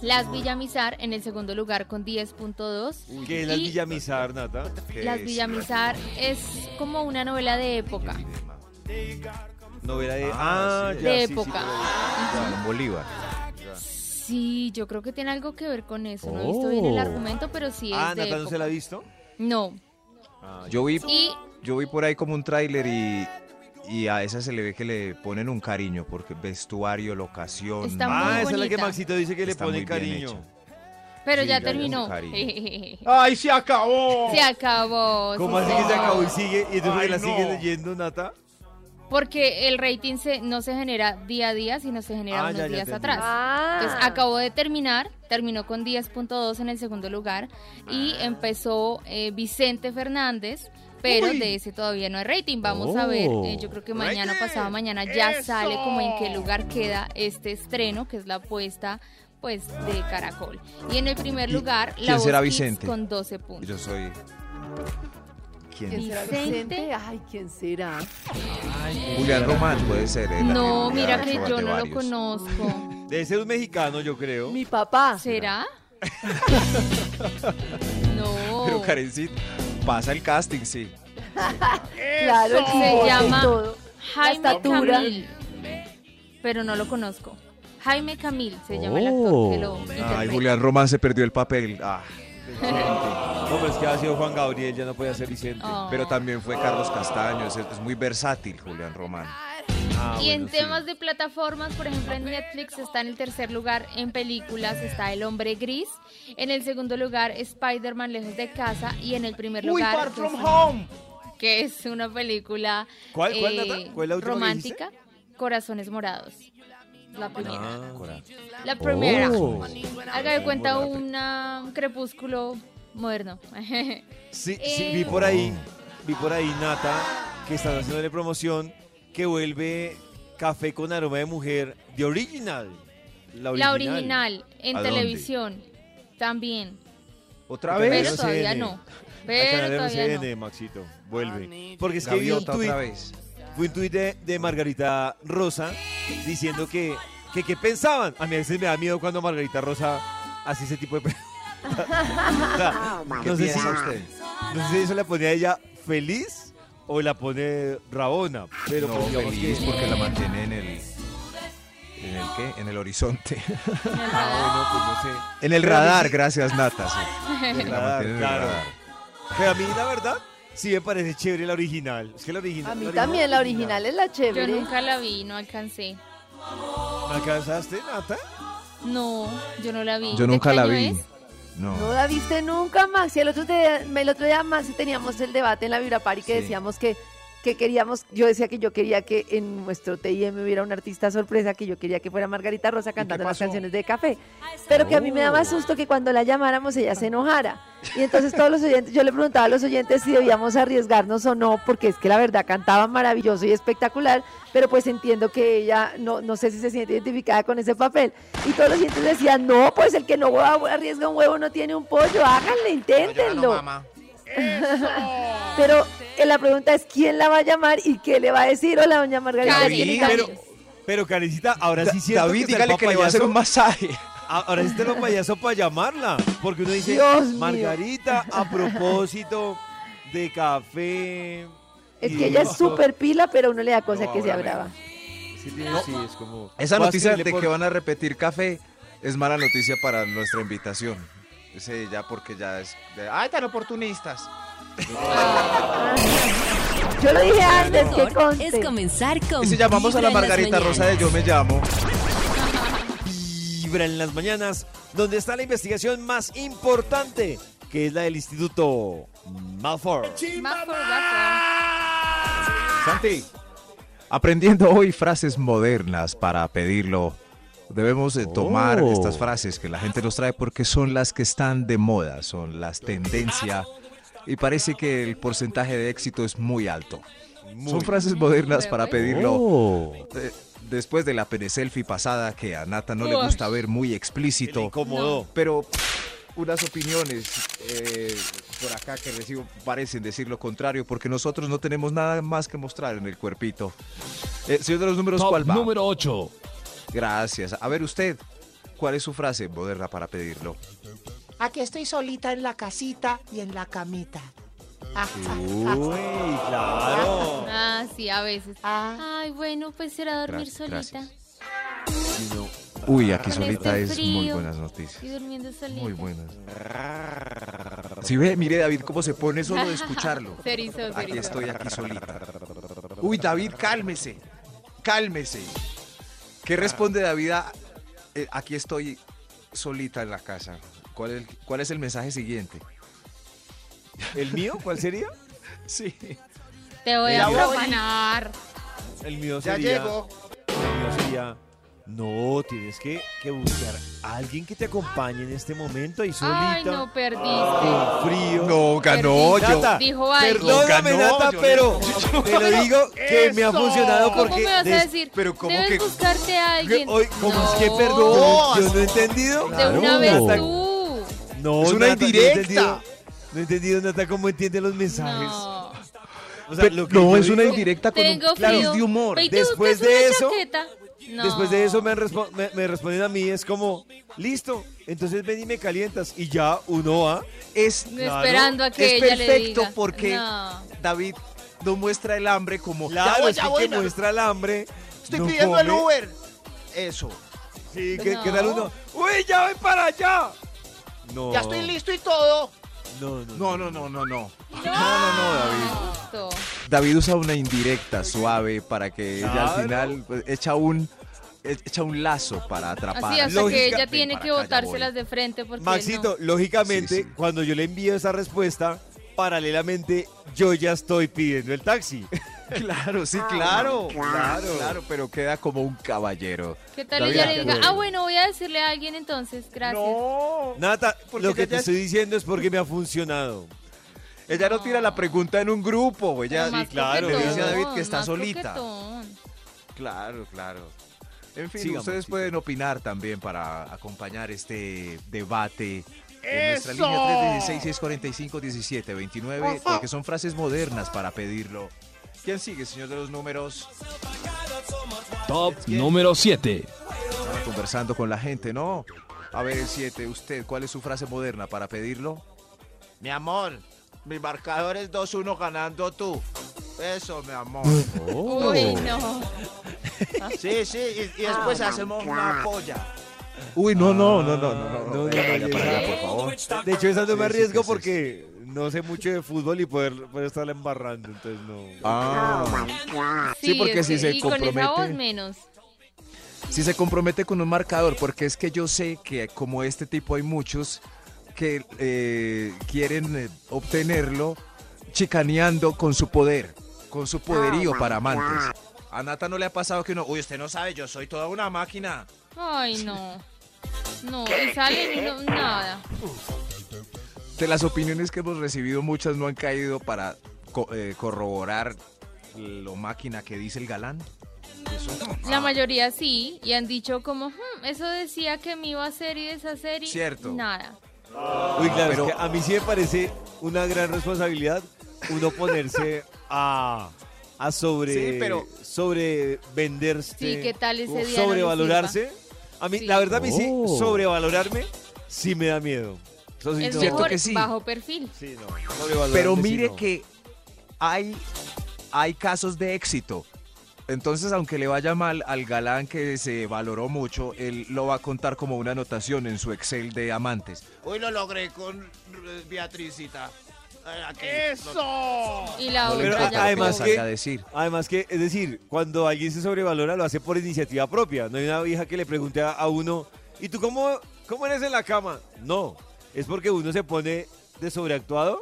Speaker 4: Las Villamizar en el segundo lugar con 10.2.
Speaker 2: Que las
Speaker 4: Y-
Speaker 2: Villamizar, Nata.
Speaker 4: Las Villamizar es como una novela de época.
Speaker 2: Novela de. Ah,
Speaker 5: sí.
Speaker 2: ya,
Speaker 4: De
Speaker 2: sí, sí,
Speaker 4: época.
Speaker 2: por ahí.
Speaker 5: Con Bolívar.
Speaker 4: Sí, yo creo que tiene algo que ver con eso. No he visto bien el argumento, pero sí es
Speaker 2: Oh. Ah,
Speaker 4: de
Speaker 2: Nata no se
Speaker 4: época.
Speaker 2: la Ah, ha visto.
Speaker 4: No.
Speaker 5: Yo vi,
Speaker 4: Y
Speaker 5: yo vi por ahí como un tráiler y, y a esa se le ve que le ponen un cariño, porque vestuario, locación.
Speaker 4: Está muy
Speaker 2: Ah,
Speaker 5: marca,
Speaker 2: esa es la que
Speaker 4: bonita.
Speaker 2: Maxito dice que le
Speaker 5: está
Speaker 2: pone
Speaker 5: muy bien
Speaker 2: cariño.
Speaker 5: hecha.
Speaker 4: pero
Speaker 5: Sí,
Speaker 4: ya
Speaker 5: ya le
Speaker 4: terminó.
Speaker 5: buscaré.
Speaker 4: se
Speaker 9: ¡Ay, se
Speaker 5: Oh.
Speaker 9: acabó!
Speaker 4: acabó. ah, pues, sí,
Speaker 2: ¿Cómo así que se
Speaker 4: señor.
Speaker 2: acabó y sigue? ¿Y entonces
Speaker 9: Ay,
Speaker 2: la sigue
Speaker 9: no.
Speaker 2: leyendo, Nata?
Speaker 4: Porque el rating se, no se genera día a día, sino se genera
Speaker 2: Ah,
Speaker 4: unos
Speaker 2: ya, ya
Speaker 4: días
Speaker 2: entendí.
Speaker 4: atrás.
Speaker 3: Ah.
Speaker 4: Entonces acabó de terminar, terminó con 10.2 en el segundo lugar y
Speaker 2: Ah.
Speaker 4: empezó eh, Vicente Fernández, pero de ese todavía no hay rating. Vamos a ver, eh, yo creo que mañana, pasado mañana ya sale como en qué lugar queda este estreno, que es la apuesta pues de Caracol. Y en el primer
Speaker 5: ¿Y
Speaker 4: lugar,
Speaker 5: quién
Speaker 4: la
Speaker 5: será
Speaker 4: Voz Kids
Speaker 5: Vicente?
Speaker 4: con 12 puntos.
Speaker 5: Yo soy. ¿Quién?
Speaker 3: ¿Quién será
Speaker 4: Vicente.
Speaker 3: Vicente? Ay, ¿quién será?
Speaker 5: Julián Román puede ser. él
Speaker 4: No,
Speaker 5: también,
Speaker 4: mira
Speaker 5: ya ha
Speaker 4: que
Speaker 5: hecho
Speaker 4: yo
Speaker 5: de
Speaker 4: no lo
Speaker 5: varios.
Speaker 4: conozco.
Speaker 2: Debe ser un mexicano, yo creo.
Speaker 3: Mi papá.
Speaker 4: ¿Será? No.
Speaker 5: Pero Karencita pasa el casting, sí.
Speaker 3: Claro, el
Speaker 4: Se
Speaker 3: bigote y
Speaker 4: llama-
Speaker 3: todo.
Speaker 4: Jaime
Speaker 3: estatura.
Speaker 4: Camil. Pero no lo conozco. Jaime Camil se llama el actor que
Speaker 2: Oh,
Speaker 4: lo
Speaker 5: Oh. Ay,
Speaker 4: interpreta.
Speaker 5: Julián Román se perdió el papel. Ah,
Speaker 2: No, pero es que ha sido Juan Gabriel, ya no podía ser Vicente.
Speaker 4: Oh.
Speaker 5: Pero también fue Carlos Castaño. Es, es muy versátil, Julián Román.
Speaker 2: Ah,
Speaker 4: Y en
Speaker 2: bueno, sí.
Speaker 4: temas de plataformas, por ejemplo, en Netflix está en el tercer lugar en películas, está El Hombre Gris. En el segundo lugar, Spider-Man Lejos de Casa. Y en el primer
Speaker 9: ¡Muy
Speaker 4: lugar,
Speaker 9: far
Speaker 4: que
Speaker 9: from
Speaker 4: es-
Speaker 9: home!
Speaker 4: que es una película eh,
Speaker 2: ¿Cuál- cuál, Nata? ¿Cuál es la última que
Speaker 4: romántica, Corazones Morados. La primera.
Speaker 2: Cora.
Speaker 4: La primera.
Speaker 2: Oh.
Speaker 4: Haga de cuenta una- un crepúsculo moderno.
Speaker 2: Sí, sí,
Speaker 4: Eh,
Speaker 2: vi por ahí, vi por ahí, Nata, que están haciéndole promoción, que vuelve Café con aroma de mujer, de original. La
Speaker 4: La original, en
Speaker 2: ¿A dónde?
Speaker 4: televisión también.
Speaker 2: ¿Otra
Speaker 4: Pero
Speaker 2: vez?
Speaker 4: Pues todavía no. Pero
Speaker 2: Al canal
Speaker 4: todavía no.
Speaker 2: RCN, Maxito, vuelve. Porque es que vi un
Speaker 5: Gaviota otra
Speaker 2: tuit, fue un tuit de, de Margarita Rosa diciendo que, que, que pensaban. A mí a veces me da miedo cuando Margarita Rosa hace ese tipo de... pre- O sea,
Speaker 5: Ah, ¿Qué
Speaker 2: no, sé si,
Speaker 5: piensa usted?
Speaker 2: no sé si eso la pone a ella feliz o la pone rabona. Pero
Speaker 5: No,
Speaker 2: pues digamos
Speaker 5: feliz
Speaker 2: que-
Speaker 5: porque la mantiene en el... ¿En el qué? En el horizonte.
Speaker 2: Ah, bueno, pues no sé.
Speaker 5: en el
Speaker 2: Pero a mí
Speaker 5: radar,
Speaker 2: sí-
Speaker 5: gracias Nata. sí.
Speaker 2: En el
Speaker 5: La
Speaker 2: radar,
Speaker 5: mantiene en el
Speaker 2: claro.
Speaker 5: radar.
Speaker 2: Pero a mí, la verdad, sí me parece chévere la original. Es que la original.
Speaker 3: A mí también la original es la
Speaker 4: Yo
Speaker 3: chévere.
Speaker 4: nunca la vi, no alcancé.
Speaker 2: ¿Me alcanzaste, Nata?
Speaker 4: No, yo no la vi.
Speaker 5: Yo
Speaker 4: ¿De
Speaker 5: nunca
Speaker 4: qué
Speaker 5: la
Speaker 4: año
Speaker 5: vi.
Speaker 4: es?
Speaker 3: No la viste nunca, Max. Y el otro día, el otro día Max, teníamos el debate en la Vibra Party que
Speaker 5: Sí.
Speaker 3: decíamos que, que queríamos, yo decía que yo quería que en nuestro TIM hubiera un artista sorpresa, que yo quería que fuera Margarita Rosa cantando las
Speaker 6: pasó?
Speaker 3: canciones de café.
Speaker 4: Ah,
Speaker 3: Pero que a mí me daba susto que cuando la llamáramos ella se enojara. Y entonces todos los oyentes, yo le preguntaba a los oyentes si debíamos arriesgarnos o no, porque es que la verdad cantaba maravilloso y espectacular, pero pues entiendo que ella, no, no sé si se siente identificada con ese papel. Y todos los oyentes decían, no, pues el que no arriesga un huevo no tiene un pollo, háganle, inténtenlo.
Speaker 6: mamá.
Speaker 3: Pero eh, la pregunta es, ¿quién la va a llamar y qué le va a decir? Hola, doña Margarita.
Speaker 5: David,
Speaker 3: ¿tiene
Speaker 2: Pero,
Speaker 3: ganas?
Speaker 2: pero Karencita, ahora
Speaker 5: Da-
Speaker 2: sí siento
Speaker 5: David,
Speaker 2: que está el
Speaker 5: dígale que le va a hacer
Speaker 2: papayazo.
Speaker 5: un masaje.
Speaker 2: A- Ahora sí te lo payaso para llamarla. Porque uno dice,
Speaker 3: Dios mío.
Speaker 2: Margarita, a propósito de café.
Speaker 3: es
Speaker 2: y
Speaker 3: que
Speaker 2: de
Speaker 3: ella es
Speaker 2: esto".
Speaker 3: súper pila, pero uno le da cosa
Speaker 5: No,
Speaker 3: que sea
Speaker 5: ahora
Speaker 3: brava.
Speaker 2: Sí, tiene- sí, es como.
Speaker 5: Esa
Speaker 2: Voy a
Speaker 5: noticia de
Speaker 2: escribirle
Speaker 5: que
Speaker 2: por-
Speaker 5: van a repetir café es mala noticia para nuestra invitación. Sí, ya porque ya es... de- ¡Ay, tan oportunistas!
Speaker 3: Yo lo dije antes, que
Speaker 1: Mejor
Speaker 3: conste.
Speaker 1: es comenzar con
Speaker 5: Y si llamamos a la
Speaker 1: Vibra en las
Speaker 5: Margarita Rosa de
Speaker 1: mañanas.
Speaker 5: Yo Me Llamo,
Speaker 2: Vibra en las mañanas, donde está la investigación más importante, que es la del Instituto Malfoy.
Speaker 4: Más por Blackburn.
Speaker 5: Santi, aprendiendo hoy frases modernas para pedirlo. Debemos de tomar
Speaker 2: Oh.
Speaker 5: estas frases que la gente nos trae porque son las que están de moda, son las tendencias y parece que el porcentaje de éxito es muy alto. son frases modernas para pedirlo.
Speaker 2: Oh.
Speaker 5: eh, después de la pereselfie pasada que a Nata no le
Speaker 4: Uy.
Speaker 5: gusta ver muy
Speaker 2: Que le
Speaker 5: explícito,
Speaker 2: incomodó.
Speaker 5: pero unas opiniones eh, por acá que recibo parecen decir lo contrario, porque nosotros no tenemos nada más que mostrar en el cuerpito. Eh, señor de los números,
Speaker 8: Top
Speaker 5: ¿cuál va?
Speaker 8: número 8.
Speaker 5: Gracias. A ver usted, ¿cuál es su frase moderna para pedirlo?
Speaker 11: Aquí estoy solita en la casita y en la camita. Ah,
Speaker 2: Uy, claro.
Speaker 4: Ah, sí, a veces.
Speaker 11: ah,
Speaker 4: Ay, bueno, pues será dormir
Speaker 5: Gra-
Speaker 4: solita.
Speaker 5: gracias. Uy, aquí
Speaker 4: Con
Speaker 5: solita
Speaker 4: este
Speaker 5: es muy
Speaker 4: frío.
Speaker 5: buenas noticias.
Speaker 4: Y durmiendo solita.
Speaker 5: Muy buenas. Si ve, mire David cómo se pone solo de escucharlo.
Speaker 4: Se erizó, se
Speaker 5: Aquí
Speaker 4: erizó.
Speaker 5: estoy, aquí solita. Uy, David, cálmese. Cálmese. ¿Qué responde David a, eh, aquí estoy solita en la casa? ¿Cuál es, el- cuál es el mensaje siguiente?
Speaker 2: ¿El mío? ¿Cuál sería?
Speaker 5: Sí.
Speaker 4: Te voy
Speaker 5: Ya
Speaker 4: a
Speaker 5: voy.
Speaker 4: profanar.
Speaker 2: El mío sería. El mío sería. No, tienes que, que buscar a alguien que te acompañe en este momento ahí solita.
Speaker 4: Ay, no, perdiste.
Speaker 2: Con frío.
Speaker 5: No, ganó
Speaker 4: Perdí.
Speaker 5: yo.
Speaker 2: Nata,
Speaker 4: Dijo algo.
Speaker 2: Perdóname,
Speaker 5: Lo ganó,
Speaker 2: Nata,
Speaker 5: yo le-
Speaker 2: pero te lo digo que me ha
Speaker 9: ¡Eso!
Speaker 2: funcionado
Speaker 4: ¿Cómo
Speaker 2: porque.
Speaker 4: me vas a
Speaker 2: des-
Speaker 4: decir?
Speaker 5: pero ¿cómo
Speaker 4: Debes
Speaker 5: que-
Speaker 4: buscarte a alguien.
Speaker 2: Hoy, ¿Cómo es que
Speaker 4: No,
Speaker 2: perdón? Yo no he entendido.
Speaker 4: De una
Speaker 2: Claro.
Speaker 4: vez
Speaker 2: Nata,
Speaker 4: tú.
Speaker 2: No,
Speaker 5: Es una
Speaker 2: Nata,
Speaker 5: indirecta.
Speaker 2: No he entendido, no he entendido, Nata, cómo entiende los mensajes.
Speaker 4: No.
Speaker 2: O sea, lo que yo
Speaker 5: no, es
Speaker 2: digo-
Speaker 5: una indirecta con un
Speaker 4: Tengo
Speaker 5: claro,
Speaker 4: frío.
Speaker 5: de humor.
Speaker 4: Ve y te
Speaker 2: Después
Speaker 4: buscas
Speaker 2: de
Speaker 4: una
Speaker 2: eso-
Speaker 4: chaqueta. No.
Speaker 2: Después de eso me, han respo- me, me responden a mí, es como, listo, entonces ven y me calientas. Y ya uno va.
Speaker 5: Es,
Speaker 2: Claro,
Speaker 4: Esperando a que
Speaker 5: es
Speaker 4: ella le
Speaker 5: perfecto
Speaker 4: diga.
Speaker 5: porque
Speaker 4: No.
Speaker 5: David no muestra el hambre como...
Speaker 2: Claro,
Speaker 6: voy,
Speaker 2: es
Speaker 6: ya
Speaker 2: que,
Speaker 6: voy,
Speaker 2: que
Speaker 6: me-
Speaker 2: muestra el hambre.
Speaker 6: Estoy
Speaker 2: no
Speaker 6: pidiendo el
Speaker 2: come.
Speaker 6: Uber. Eso.
Speaker 2: Sí, ¿qué,
Speaker 4: No.
Speaker 2: qué tal uno? ¡Uy, ya voy para allá! No.
Speaker 6: Ya
Speaker 2: Oh.
Speaker 6: estoy listo y todo.
Speaker 2: No, no,
Speaker 5: No, no, no, no, no.
Speaker 4: No, no, no, David.
Speaker 5: David usa una indirecta suave para que ella al
Speaker 2: Claro.
Speaker 5: final pues, echa un e-, echa un lazo para atrapar.
Speaker 4: Así, hasta
Speaker 2: Lógica-
Speaker 4: que ella
Speaker 5: Ven
Speaker 4: tiene
Speaker 5: para
Speaker 4: que
Speaker 5: acá, ya
Speaker 4: botárselas
Speaker 5: voy.
Speaker 4: de frente porque él no.
Speaker 2: Maxito, lógicamente,
Speaker 5: Sí, sí.
Speaker 2: cuando yo le envío esa respuesta, paralelamente yo ya estoy pidiendo el taxi.
Speaker 5: Claro, sí, claro,
Speaker 2: Ah,
Speaker 5: claro, claro, pero queda como un caballero.
Speaker 4: ¿Qué tal
Speaker 2: David,
Speaker 4: ella le diga?
Speaker 2: bueno.
Speaker 4: Ah, bueno, voy a decirle a alguien entonces, gracias.
Speaker 2: Nata, lo que
Speaker 5: ya
Speaker 2: te
Speaker 5: te-
Speaker 2: estoy diciendo es porque me ha funcionado.
Speaker 5: Ella no tira la pregunta en un grupo, ella
Speaker 4: Más
Speaker 5: le
Speaker 4: coquetón,
Speaker 5: dice a David que está
Speaker 4: más
Speaker 5: solita.
Speaker 4: coquetón.
Speaker 5: Claro, claro. En fin,
Speaker 2: Sigamos,
Speaker 5: ustedes pueden opinar también para acompañar este debate. En nuestra
Speaker 9: ¡Eso!
Speaker 5: línea 316-645-1729,
Speaker 9: Ajá.
Speaker 5: porque son frases modernas para pedirlo. ¿Quién sigue, señor de los números?
Speaker 12: Top número 7.
Speaker 5: Estaba conversando con la gente, ¿no? A ver, el 7, usted, ¿cuál es su frase moderna para pedirlo?
Speaker 6: Mi amor, mi marcador es 2-1 ganando tú. Eso, mi amor.
Speaker 5: Uy,
Speaker 4: no.
Speaker 6: Sí, sí, y, y después
Speaker 5: Ah.
Speaker 6: hacemos una polla.
Speaker 5: Uy, no, no, no, no, no, no, no, vaya
Speaker 2: no,
Speaker 5: para
Speaker 2: no.
Speaker 5: allá, por favor.
Speaker 2: De hecho, esa no
Speaker 5: Sí,
Speaker 2: me
Speaker 5: sí,
Speaker 2: arriesgo
Speaker 5: sí, sí,
Speaker 2: porque no sé mucho de fútbol y poder, poder estarla embarrando, entonces no.
Speaker 5: Ah. Sí, porque
Speaker 4: es
Speaker 5: si
Speaker 4: que-
Speaker 5: se
Speaker 4: y con esa voz
Speaker 5: compromete,
Speaker 4: menos.
Speaker 5: si se compromete con un marcador, porque es que yo sé que como este tipo hay muchos que eh, quieren eh, obtenerlo chicaneando con su poder, con su
Speaker 6: Ah,
Speaker 5: poderío para amantes. A Nata no le ha pasado que uno, uy, usted no sabe, yo soy toda una máquina.
Speaker 4: Ay, no. No, y sale y no, nada.
Speaker 5: De las opiniones que hemos recibido, muchas no han caído para co- eh, corroborar lo máquina que dice el galán. Eso no.
Speaker 2: Ah.
Speaker 4: La mayoría sí, y han dicho como, "Hmm, eso decía que me iba a hacer y deshacer y
Speaker 5: Cierto.
Speaker 4: nada.
Speaker 2: Uy, claro,
Speaker 5: Pero-
Speaker 2: es que a mí sí me parece una gran responsabilidad uno ponerse a, a sobre,
Speaker 6: Sí, pero-
Speaker 2: sobre venderse,
Speaker 4: Sí, ¿qué tal ese día no le
Speaker 2: sobrevalorarse. a mí,
Speaker 4: Sí.
Speaker 2: la verdad, a mí sí,
Speaker 5: Oh.
Speaker 2: sobrevalorarme sí me da miedo. Eso sí,
Speaker 4: Es
Speaker 2: no.
Speaker 4: mejor
Speaker 5: que sí.
Speaker 4: bajo perfil.
Speaker 2: Sí, no. Sobrevalorarme
Speaker 5: Pero
Speaker 2: sí,
Speaker 5: mire
Speaker 2: no.
Speaker 5: que hay, hay casos de éxito. Entonces, aunque le vaya mal al galán que se valoró mucho, él lo va a contar como una anotación en su Excel de amantes.
Speaker 6: Hoy lo logré con eh, Beatricita. Eh, aquí.
Speaker 9: ¡Eso!
Speaker 4: Y la
Speaker 5: No le importa
Speaker 4: otra ya
Speaker 5: lo que le
Speaker 2: además
Speaker 4: como,
Speaker 5: salga a decir.
Speaker 2: Además que, es decir, cuando alguien se sobrevalora lo hace por iniciativa propia. No hay una vieja que le pregunte a, a uno, ¿y tú cómo, cómo eres en la cama? No, es porque uno se pone de sobreactuado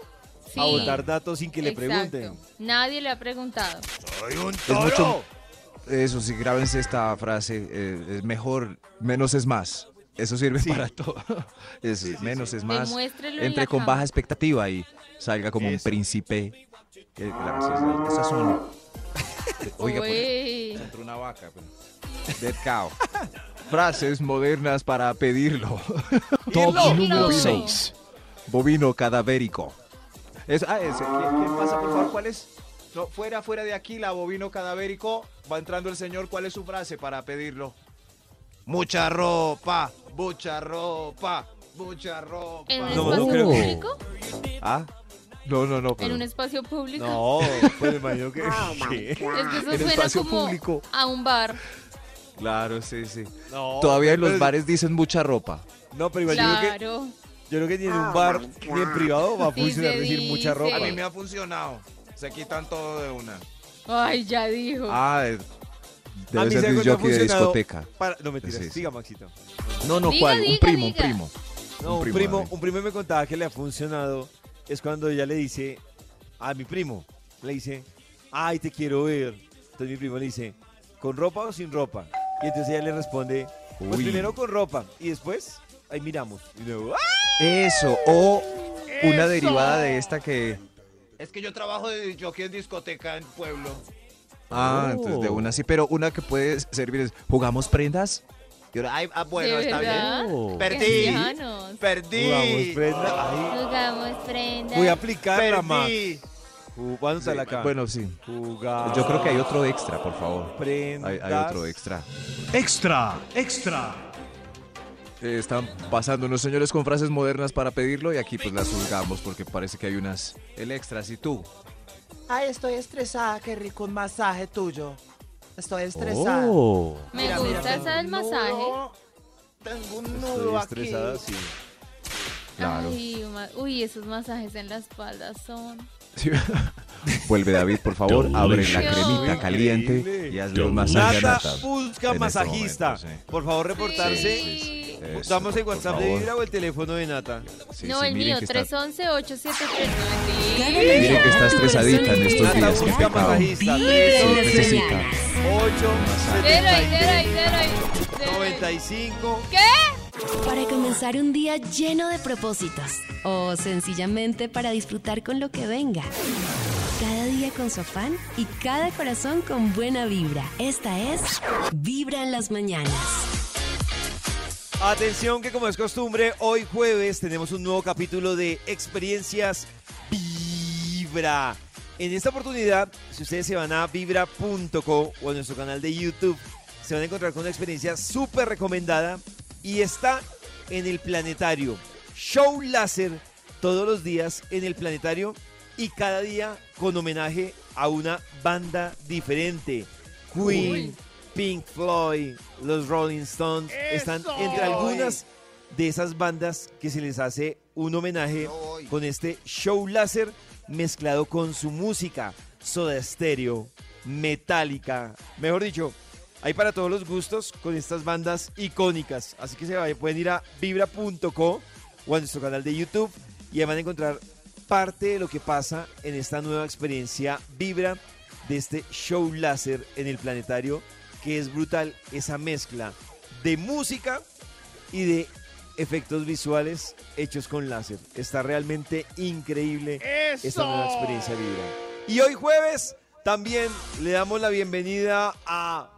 Speaker 2: a
Speaker 4: Sí.
Speaker 2: botar datos sin que le
Speaker 4: Exacto.
Speaker 2: pregunten.
Speaker 4: Nadie le ha preguntado.
Speaker 5: Es mucho. Eso sí, grábense esta frase. eh, es mejor, menos es más. Eso sirve para todo. Eso, menos es más.
Speaker 4: Demuéstrelo en
Speaker 5: Entre
Speaker 4: la
Speaker 5: con
Speaker 4: cama.
Speaker 5: baja expectativa y salga como un príncipe. Eh, claro, sí, sí, esas son. Oiga, pues,
Speaker 4: Uy.
Speaker 5: entró una vaca. pues. Dead cow. Frases modernas para pedirlo.
Speaker 12: Top número
Speaker 4: Bobino.
Speaker 12: 6.
Speaker 5: Bovino cadavérico. Es- ah, ese, ¿quién, quién pasa, por favor? ¿Cuál es? No, fuera, fuera de aquí, la bovino cadavérico. Va entrando el señor. ¿Cuál es su frase para pedirlo?
Speaker 6: Mucha ropa, mucha ropa, mucha ropa.
Speaker 4: ¿En un
Speaker 2: No,
Speaker 4: espacio
Speaker 2: creo que-
Speaker 4: público?
Speaker 5: ¿Ah? No, no, no.
Speaker 4: ¿En
Speaker 5: pero-
Speaker 4: un espacio público? Oh,
Speaker 2: No, pues me imagino que... ¿qué?
Speaker 4: Es que eso
Speaker 5: En
Speaker 4: suena
Speaker 5: espacio
Speaker 4: como
Speaker 5: público.
Speaker 4: a un bar.
Speaker 5: Claro, sí, sí.
Speaker 2: No,
Speaker 5: Todavía en
Speaker 2: pero-
Speaker 5: los bares dicen mucha ropa.
Speaker 2: No, pero imagino que,
Speaker 4: Claro.
Speaker 2: yo creo que ni en un bar ni en privado va a
Speaker 4: Sí
Speaker 2: funcionar
Speaker 4: se
Speaker 2: decir mucha
Speaker 4: dice.
Speaker 2: ropa.
Speaker 4: A mí me
Speaker 6: ha funcionado. Se quitan todo de una.
Speaker 4: Ay, ya dijo.
Speaker 5: Ah, eh, debe
Speaker 2: A mí,
Speaker 5: ser disc
Speaker 2: ¿sabe cuál me ha
Speaker 5: jockey de
Speaker 2: funcionado?
Speaker 5: discoteca.
Speaker 2: Para- no, mentiras,
Speaker 5: Sí, sí.
Speaker 2: siga Maxito.
Speaker 5: No, no,
Speaker 4: Diga,
Speaker 5: ¿cuál? un
Speaker 4: diga,
Speaker 5: primo, un
Speaker 4: diga.
Speaker 5: primo.
Speaker 2: No, un
Speaker 5: Un
Speaker 2: primo,
Speaker 5: primo,
Speaker 2: un primo,
Speaker 5: David.
Speaker 2: me contaba que le ha funcionado es cuando ella le dice a mi primo, le dice, ay, te quiero ver. Entonces mi primo le dice, ¿con ropa o sin ropa? Y entonces ella le responde, pues
Speaker 5: Uy.
Speaker 2: primero con ropa y después ahí miramos. Y luego, ¡ah!
Speaker 5: Eso, o una derivada de esta que.
Speaker 6: Es que yo trabajo de jockey en discoteca en pueblo.
Speaker 5: Ah, entonces de
Speaker 4: Oh.
Speaker 5: una sí, pero una que puede servir es: ¿jugamos prendas?
Speaker 6: Y ahora, ay, ah, bueno,
Speaker 4: ¿De
Speaker 6: está
Speaker 4: verdad?
Speaker 5: Oh.
Speaker 6: Perdí.
Speaker 4: Ancianos.
Speaker 6: bien. Perdí.
Speaker 2: jugamos prenda. Ahí.
Speaker 4: Jugamos prenda.
Speaker 2: Voy a aplicarla, Max.
Speaker 6: Perdí.
Speaker 2: Jugamos a la cara.
Speaker 5: Bueno, sí.
Speaker 2: jugamos.
Speaker 5: Yo creo que hay otro extra, por favor.
Speaker 2: prendas.
Speaker 5: Hay, hay otro extra.
Speaker 7: Extra, extra.
Speaker 5: Eh, están pasando unos señores con frases modernas para pedirlo y aquí pues las juzgamos porque parece que hay unas. El extra, si tú.
Speaker 11: Ay, estoy estresada, qué rico un masaje tuyo. Estoy estresada.
Speaker 5: Oh.
Speaker 4: Me gusta esa del masaje.
Speaker 11: Tengo un
Speaker 2: Estoy
Speaker 11: nudo aquí.
Speaker 2: estresada, sí.
Speaker 5: Claro.
Speaker 4: Ay, ma- uy, esos masajes en la espalda son.
Speaker 5: Sí. Vuelve David, por favor, abre la
Speaker 4: Delicioso.
Speaker 5: cremita
Speaker 2: Ah,
Speaker 5: caliente y hazle un masaje a
Speaker 2: Nata
Speaker 5: Nata.
Speaker 2: busca
Speaker 5: En este
Speaker 2: masajista.
Speaker 5: momento, sí.
Speaker 2: Por favor, reportarse.
Speaker 5: Eso,
Speaker 2: Damos el
Speaker 5: por
Speaker 2: WhatsApp de
Speaker 5: favor.
Speaker 2: Vibra o el teléfono de Nata.
Speaker 4: no, el mío, 311-873-90.
Speaker 5: Miren que está estresadita en estos
Speaker 2: Nata
Speaker 5: días.
Speaker 2: busca
Speaker 5: complicado.
Speaker 2: masajista.
Speaker 5: Sí, necesita.
Speaker 2: 95.
Speaker 1: ¿Qué? Para comenzar un día lleno de propósitos o sencillamente para disfrutar con lo que venga. Cada día con su afán y cada corazón con buena vibra. Esta es Vibra en las mañanas.
Speaker 2: Atención que como es costumbre, hoy jueves tenemos un nuevo capítulo de Experiencias Vibra. En esta oportunidad, si ustedes se van a vibra.co o a nuestro canal de YouTube, se van a encontrar con una experiencia súper recomendada y está en el planetario. Show láser todos los días en el planetario y cada día con homenaje a una banda diferente. Queen, Pink Floyd, los Rolling Stones están entre algunas de esas bandas que se les hace un homenaje con este show láser mezclado con su música, soda stereo, metálica, mejor dicho, hay para todos los gustos con estas bandas icónicas. Así que se vayan, pueden ir a vibra.co o a nuestro canal de YouTube y ahí van a encontrar parte de lo que pasa en esta nueva experiencia Vibra de este show láser en el planetario, que es brutal esa mezcla de música y de efectos visuales hechos con láser. Está realmente increíble esta nueva experiencia Vibra. Y hoy jueves también le damos la bienvenida a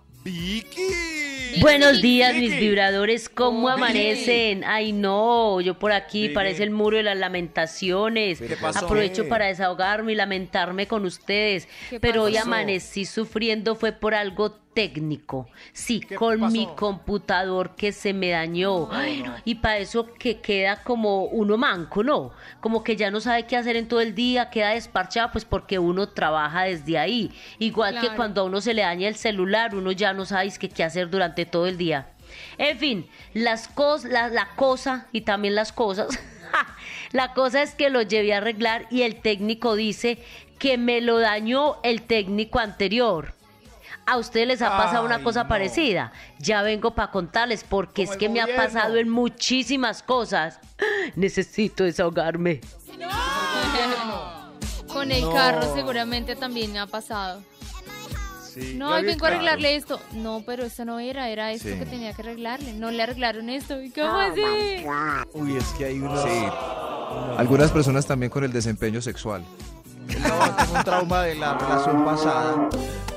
Speaker 2: Vicky.
Speaker 13: Buenos días, mis
Speaker 2: Vicky.
Speaker 13: vibradores, ¿cómo
Speaker 2: Vicky.
Speaker 13: amanecen? Ay, no, yo por aquí
Speaker 2: Vicky.
Speaker 13: parece el muro de las lamentaciones.
Speaker 14: pasó?
Speaker 13: Aprovecho
Speaker 14: ¿Qué?
Speaker 13: para desahogarme y lamentarme con ustedes,
Speaker 14: ¿Qué
Speaker 13: pero hoy
Speaker 14: pasó?
Speaker 13: amanecí sufriendo fue por algo técnico. Sí, con mi computador que se me dañó. Ay, no, Y para eso que queda como uno manco, ¿no? Como que ya no sabe qué hacer en todo el día, queda desparchado, pues porque uno trabaja desde ahí. Igual que
Speaker 14: Claro.
Speaker 13: cuando a uno se le daña el celular, uno ya no sabe es que qué hacer durante todo el día. En fin, las cos, la, la cosa y también las cosas. la cosa es que lo llevé a arreglar y el técnico dice que me lo dañó el técnico anterior. A ustedes les ha pasado una cosa parecida. Ya vengo para contarles porque es que me ha pasado en muchísimas cosas. Necesito desahogarme.
Speaker 4: Con el
Speaker 13: No.
Speaker 4: carro seguramente también me ha pasado. No, ay, vengo a arreglarle esto. No, pero eso no era, era esto
Speaker 5: Sí.
Speaker 4: que tenía que arreglarle. No le arreglaron esto. ¿Y cómo
Speaker 14: Oh,
Speaker 4: así?
Speaker 2: Uy, es que hay unos...
Speaker 5: Sí. Algunas personas también con el desempeño sexual.
Speaker 2: tengo un trauma de la relación pasada.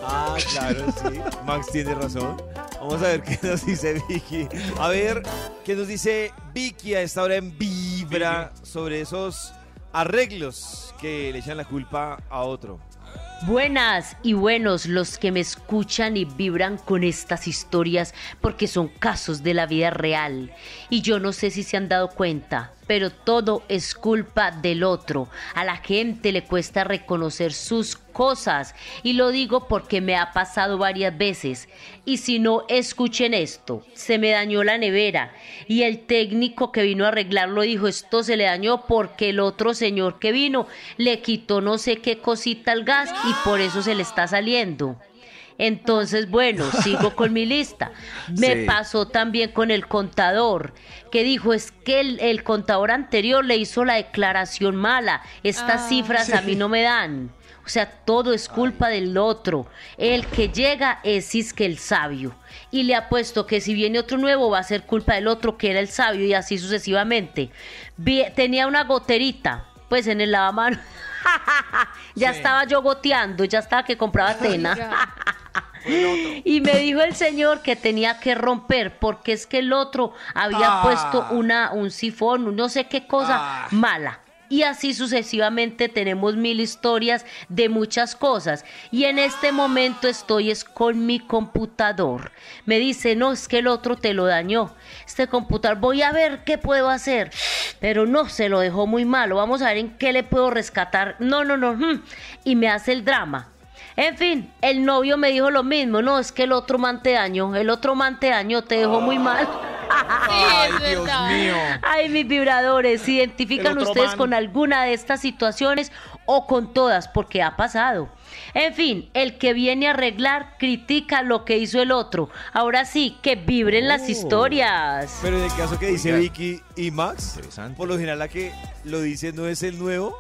Speaker 2: Ah, claro, sí. Max tiene razón. Vamos a ver qué nos dice Vicky. A ver qué nos dice Vicky a esta hora en Vibra sobre esos arreglos que le echan la culpa a otro.
Speaker 13: Buenas y buenos los que me escuchan y vibran con estas historias porque son casos de la vida real. Y yo no sé si se han dado cuenta, pero todo es culpa del otro. A la gente le cuesta reconocer sus cosas y lo digo porque me ha pasado varias veces. Y si no, escuchen esto. Se me dañó la nevera y el técnico que vino a arreglarlo dijo esto se le dañó porque el otro señor que vino le quitó no sé qué cosita al gas y por eso se le está saliendo. Entonces, bueno, sigo con mi lista. Me
Speaker 14: Sí.
Speaker 13: pasó también con el contador, que dijo es que el, el contador anterior le hizo la declaración mala. Estas
Speaker 14: Ah.
Speaker 13: cifras a mí
Speaker 14: Sí.
Speaker 13: no me dan. O sea, todo es culpa del otro. El que llega es es que el sabio. Y le apuesto que si viene otro nuevo va a ser culpa del otro que era el sabio y así sucesivamente. Vi- tenía una goterita, pues en el lavamanos. ya estaba yo goteando, ya estaba que compraba tena. Y me dijo el señor que tenía que romper porque es que el otro había
Speaker 14: Ah.
Speaker 13: puesto una, un sifón, un no sé qué cosa mala. Y así sucesivamente tenemos mil historias de muchas cosas. Y en este momento estoy es con mi computador. Me dice, no, es que el otro te lo dañó. Este computador, voy a ver qué puedo hacer. Pero no, se lo dejó muy malo. Vamos a ver en qué le puedo rescatar. No, no, no. mm. Y me hace el drama. En fin, el novio me dijo lo mismo. No, es que el otro man te dañó. El otro man te dañó, te dejó muy mal. Ay, Dios mío. Ay, mis vibradores, ¿se
Speaker 14: El
Speaker 13: identifican
Speaker 14: otro
Speaker 13: ustedes
Speaker 14: man.
Speaker 13: con alguna de estas situaciones o con todas? Porque ha pasado. En fin, el que viene a arreglar critica lo que hizo el otro. Ahora sí, que vibren las historias.
Speaker 2: Pero en el caso que dice
Speaker 13: Oiga.
Speaker 2: Vicky y Max, por lo general la que lo dice no es el nuevo,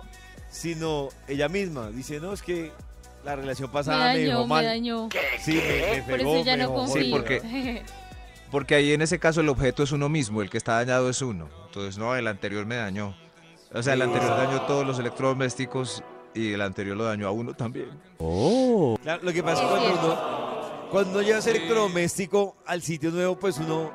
Speaker 2: sino ella misma. Dice, no, es que la relación pasada me,
Speaker 4: me dañó,
Speaker 2: dejó
Speaker 4: me
Speaker 2: mal.
Speaker 4: dañó.
Speaker 2: Sí, me, me
Speaker 4: Por
Speaker 2: pegó,
Speaker 4: eso ya
Speaker 2: me
Speaker 4: no
Speaker 2: dejó
Speaker 4: confío.
Speaker 5: Sí, porque- Porque ahí en ese caso el objeto es uno mismo, el que está dañado es uno. Entonces, no, el anterior me dañó. O sea, el anterior dañó todos los electrodomésticos y el anterior lo dañó a uno también.
Speaker 15: Oh.
Speaker 2: Claro, lo que pasa es
Speaker 5: Es
Speaker 2: cuando
Speaker 5: cierto.
Speaker 2: uno, cuando uno lleva ese electrodoméstico al sitio nuevo, pues uno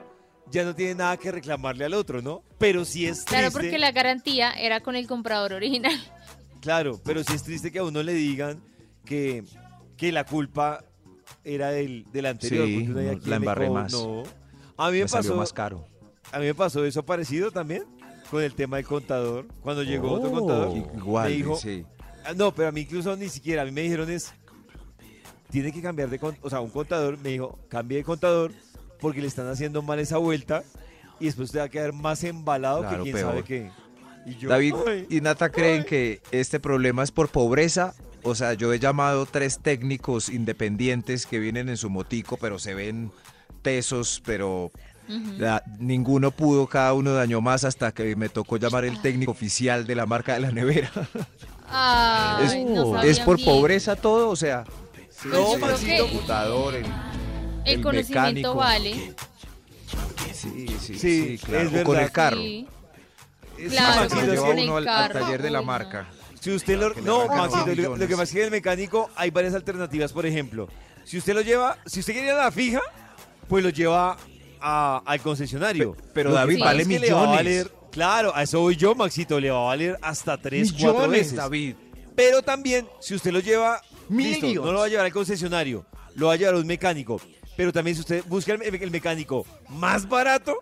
Speaker 2: ya no tiene nada que reclamarle al otro, ¿no? Pero sí es triste.
Speaker 4: Claro, porque la garantía era con el comprador original.
Speaker 2: Claro, pero sí es triste que a uno le digan que, que la culpa era del, del anterior.
Speaker 5: Sí,
Speaker 2: porque uno ya
Speaker 5: no, la
Speaker 2: quién le
Speaker 5: embarré
Speaker 2: co-
Speaker 5: más.
Speaker 2: no. A mí me,
Speaker 5: Me
Speaker 2: pasó
Speaker 5: salió más caro.
Speaker 2: A mí me pasó eso parecido también con el tema del contador. Cuando llegó otro
Speaker 5: Oh.
Speaker 2: contador,
Speaker 5: Igual,
Speaker 2: me dijo,
Speaker 5: sí.
Speaker 2: Ah, no, pero a mí incluso ni siquiera, a mí me dijeron es, tiene que cambiar de contador, o sea, un contador me dijo, cambie de contador porque le están haciendo mal esa vuelta y después usted va a quedar más embalado
Speaker 5: Claro,
Speaker 2: que quién
Speaker 5: peor.
Speaker 2: sabe qué. Y yo,
Speaker 5: David
Speaker 2: "Ay".
Speaker 5: y Nata creen que este problema es por pobreza. O sea, yo he llamado tres técnicos independientes que vienen en su motico, pero se ven tesos, pero la- ninguno pudo, cada uno dañó más hasta que me tocó llamar
Speaker 4: Ah.
Speaker 5: el técnico oficial de la marca de la nevera.
Speaker 4: Ay,
Speaker 5: es,
Speaker 4: no
Speaker 5: es
Speaker 4: sabían
Speaker 5: por
Speaker 4: bien.
Speaker 5: pobreza todo, o sea,
Speaker 4: Pues yo creo
Speaker 5: sí,
Speaker 4: que
Speaker 5: el computador, el,
Speaker 4: El,
Speaker 5: el
Speaker 4: conocimiento
Speaker 5: mecánico.
Speaker 4: vale.
Speaker 5: Sí, sí, sí,
Speaker 2: Sí,
Speaker 5: claro.
Speaker 2: es
Speaker 5: o con
Speaker 2: verdad.
Speaker 5: el carro.
Speaker 4: Sí.
Speaker 5: Es
Speaker 4: Claro,
Speaker 5: más, lo
Speaker 4: con
Speaker 5: lleva
Speaker 4: el
Speaker 5: uno al, al
Speaker 4: carro.
Speaker 5: taller de la
Speaker 4: Uy, no.
Speaker 5: marca.
Speaker 2: Si usted lo...
Speaker 5: que le
Speaker 2: No,
Speaker 5: arrancan
Speaker 2: Maxito,
Speaker 5: los
Speaker 2: lo, lo que
Speaker 5: millones.
Speaker 2: pasa es que en el mecánico hay varias alternativas, por ejemplo. Si usted lo lleva, si usted quiere la fija, pues lo lleva a- al concesionario.
Speaker 5: pero
Speaker 2: Lo que
Speaker 5: David,
Speaker 2: pasa
Speaker 5: vale
Speaker 2: es que le va a
Speaker 5: millones.
Speaker 2: valer- claro, a eso voy yo, Maxito, le va a valer hasta tres, cuatro
Speaker 5: Millones,
Speaker 2: veces.
Speaker 5: David.
Speaker 2: Pero también, si usted lo lleva, listo,
Speaker 5: Millones.
Speaker 2: no lo va a llevar al concesionario, lo va a llevar a un mecánico. Pero también si usted busca el, el mecánico más barato,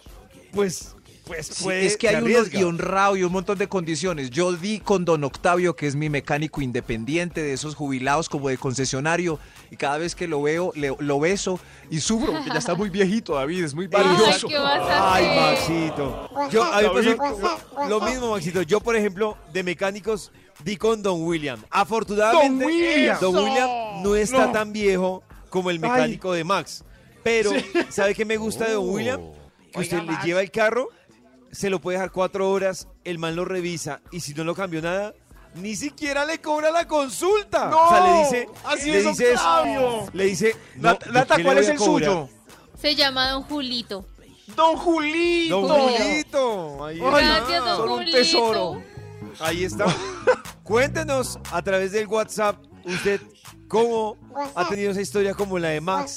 Speaker 2: pues, pues
Speaker 5: Sí,
Speaker 2: puede-
Speaker 5: es que
Speaker 2: se
Speaker 5: hay unos
Speaker 2: arriesga.
Speaker 5: y honrado y un montón de condiciones. Yo di con don Octavio, que es mi mecánico independiente de esos jubilados como de concesionario, y cada vez que lo veo, le- lo beso y sufro, porque ya está muy viejito, David, es muy valioso.
Speaker 2: ¿qué vas a Ay, hacer? Maxito. Yo, a mí me pasó lo- lo mismo, Maxito. Yo, por ejemplo, de mecánicos, di con Don William. Afortunadamente,
Speaker 9: Don William.
Speaker 2: Don William no está
Speaker 9: No.
Speaker 2: tan viejo como el mecánico de Max. Pero, ¿sabe qué me gusta de
Speaker 9: Oh.
Speaker 2: Don William? Que usted le lleva el carro, se lo puede dejar cuatro horas, el man lo revisa y si no lo cambió nada, ni siquiera le cobra la consulta.
Speaker 9: No,
Speaker 2: o sea, le dice,
Speaker 9: así
Speaker 2: le
Speaker 9: es,
Speaker 2: dice, es-
Speaker 9: Octavio.
Speaker 2: le dice, no,
Speaker 9: Nat-
Speaker 2: ¿por
Speaker 9: Nata,
Speaker 2: qué le
Speaker 9: ¿cuál
Speaker 2: voy
Speaker 9: es
Speaker 2: a
Speaker 9: el
Speaker 2: cobrar?
Speaker 9: suyo?
Speaker 4: Se llama Don Julito.
Speaker 9: Don Julito.
Speaker 2: Don Julito. Ahí
Speaker 4: Ay, Gracias, don
Speaker 2: Son un
Speaker 4: Julito.
Speaker 2: tesoro. Ahí está. Cuéntenos a través del WhatsApp usted cómo ha tenido esa historia como la de Max,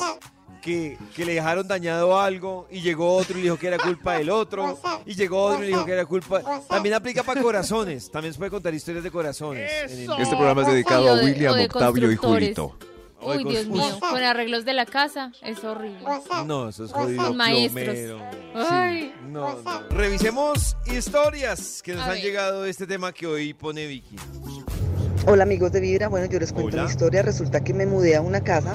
Speaker 2: que, que le dejaron dañado algo y llegó otro y le dijo que era culpa del otro y llegó otro y le dijo que era culpa. También aplica para corazones. También se puede contar historias de corazones. en el-
Speaker 5: Este programa es dedicado
Speaker 4: o
Speaker 5: a
Speaker 4: de-
Speaker 5: William,
Speaker 4: o de
Speaker 5: Octavio y
Speaker 4: constructores.
Speaker 5: Julito.
Speaker 2: Ay,
Speaker 4: Uy, Dios
Speaker 2: con-
Speaker 4: mío. Con arreglos de la casa. Es horrible.
Speaker 2: No, eso es jodido.
Speaker 4: Con maestros.
Speaker 2: plomero.
Speaker 4: Ay.
Speaker 2: No, no. Revisemos historias que nos
Speaker 4: A
Speaker 2: han
Speaker 4: ver.
Speaker 2: llegado de este tema que hoy pone Vicky.
Speaker 16: Hola amigos de Vibra, bueno yo les cuento mi historia, resulta que me mudé a una casa,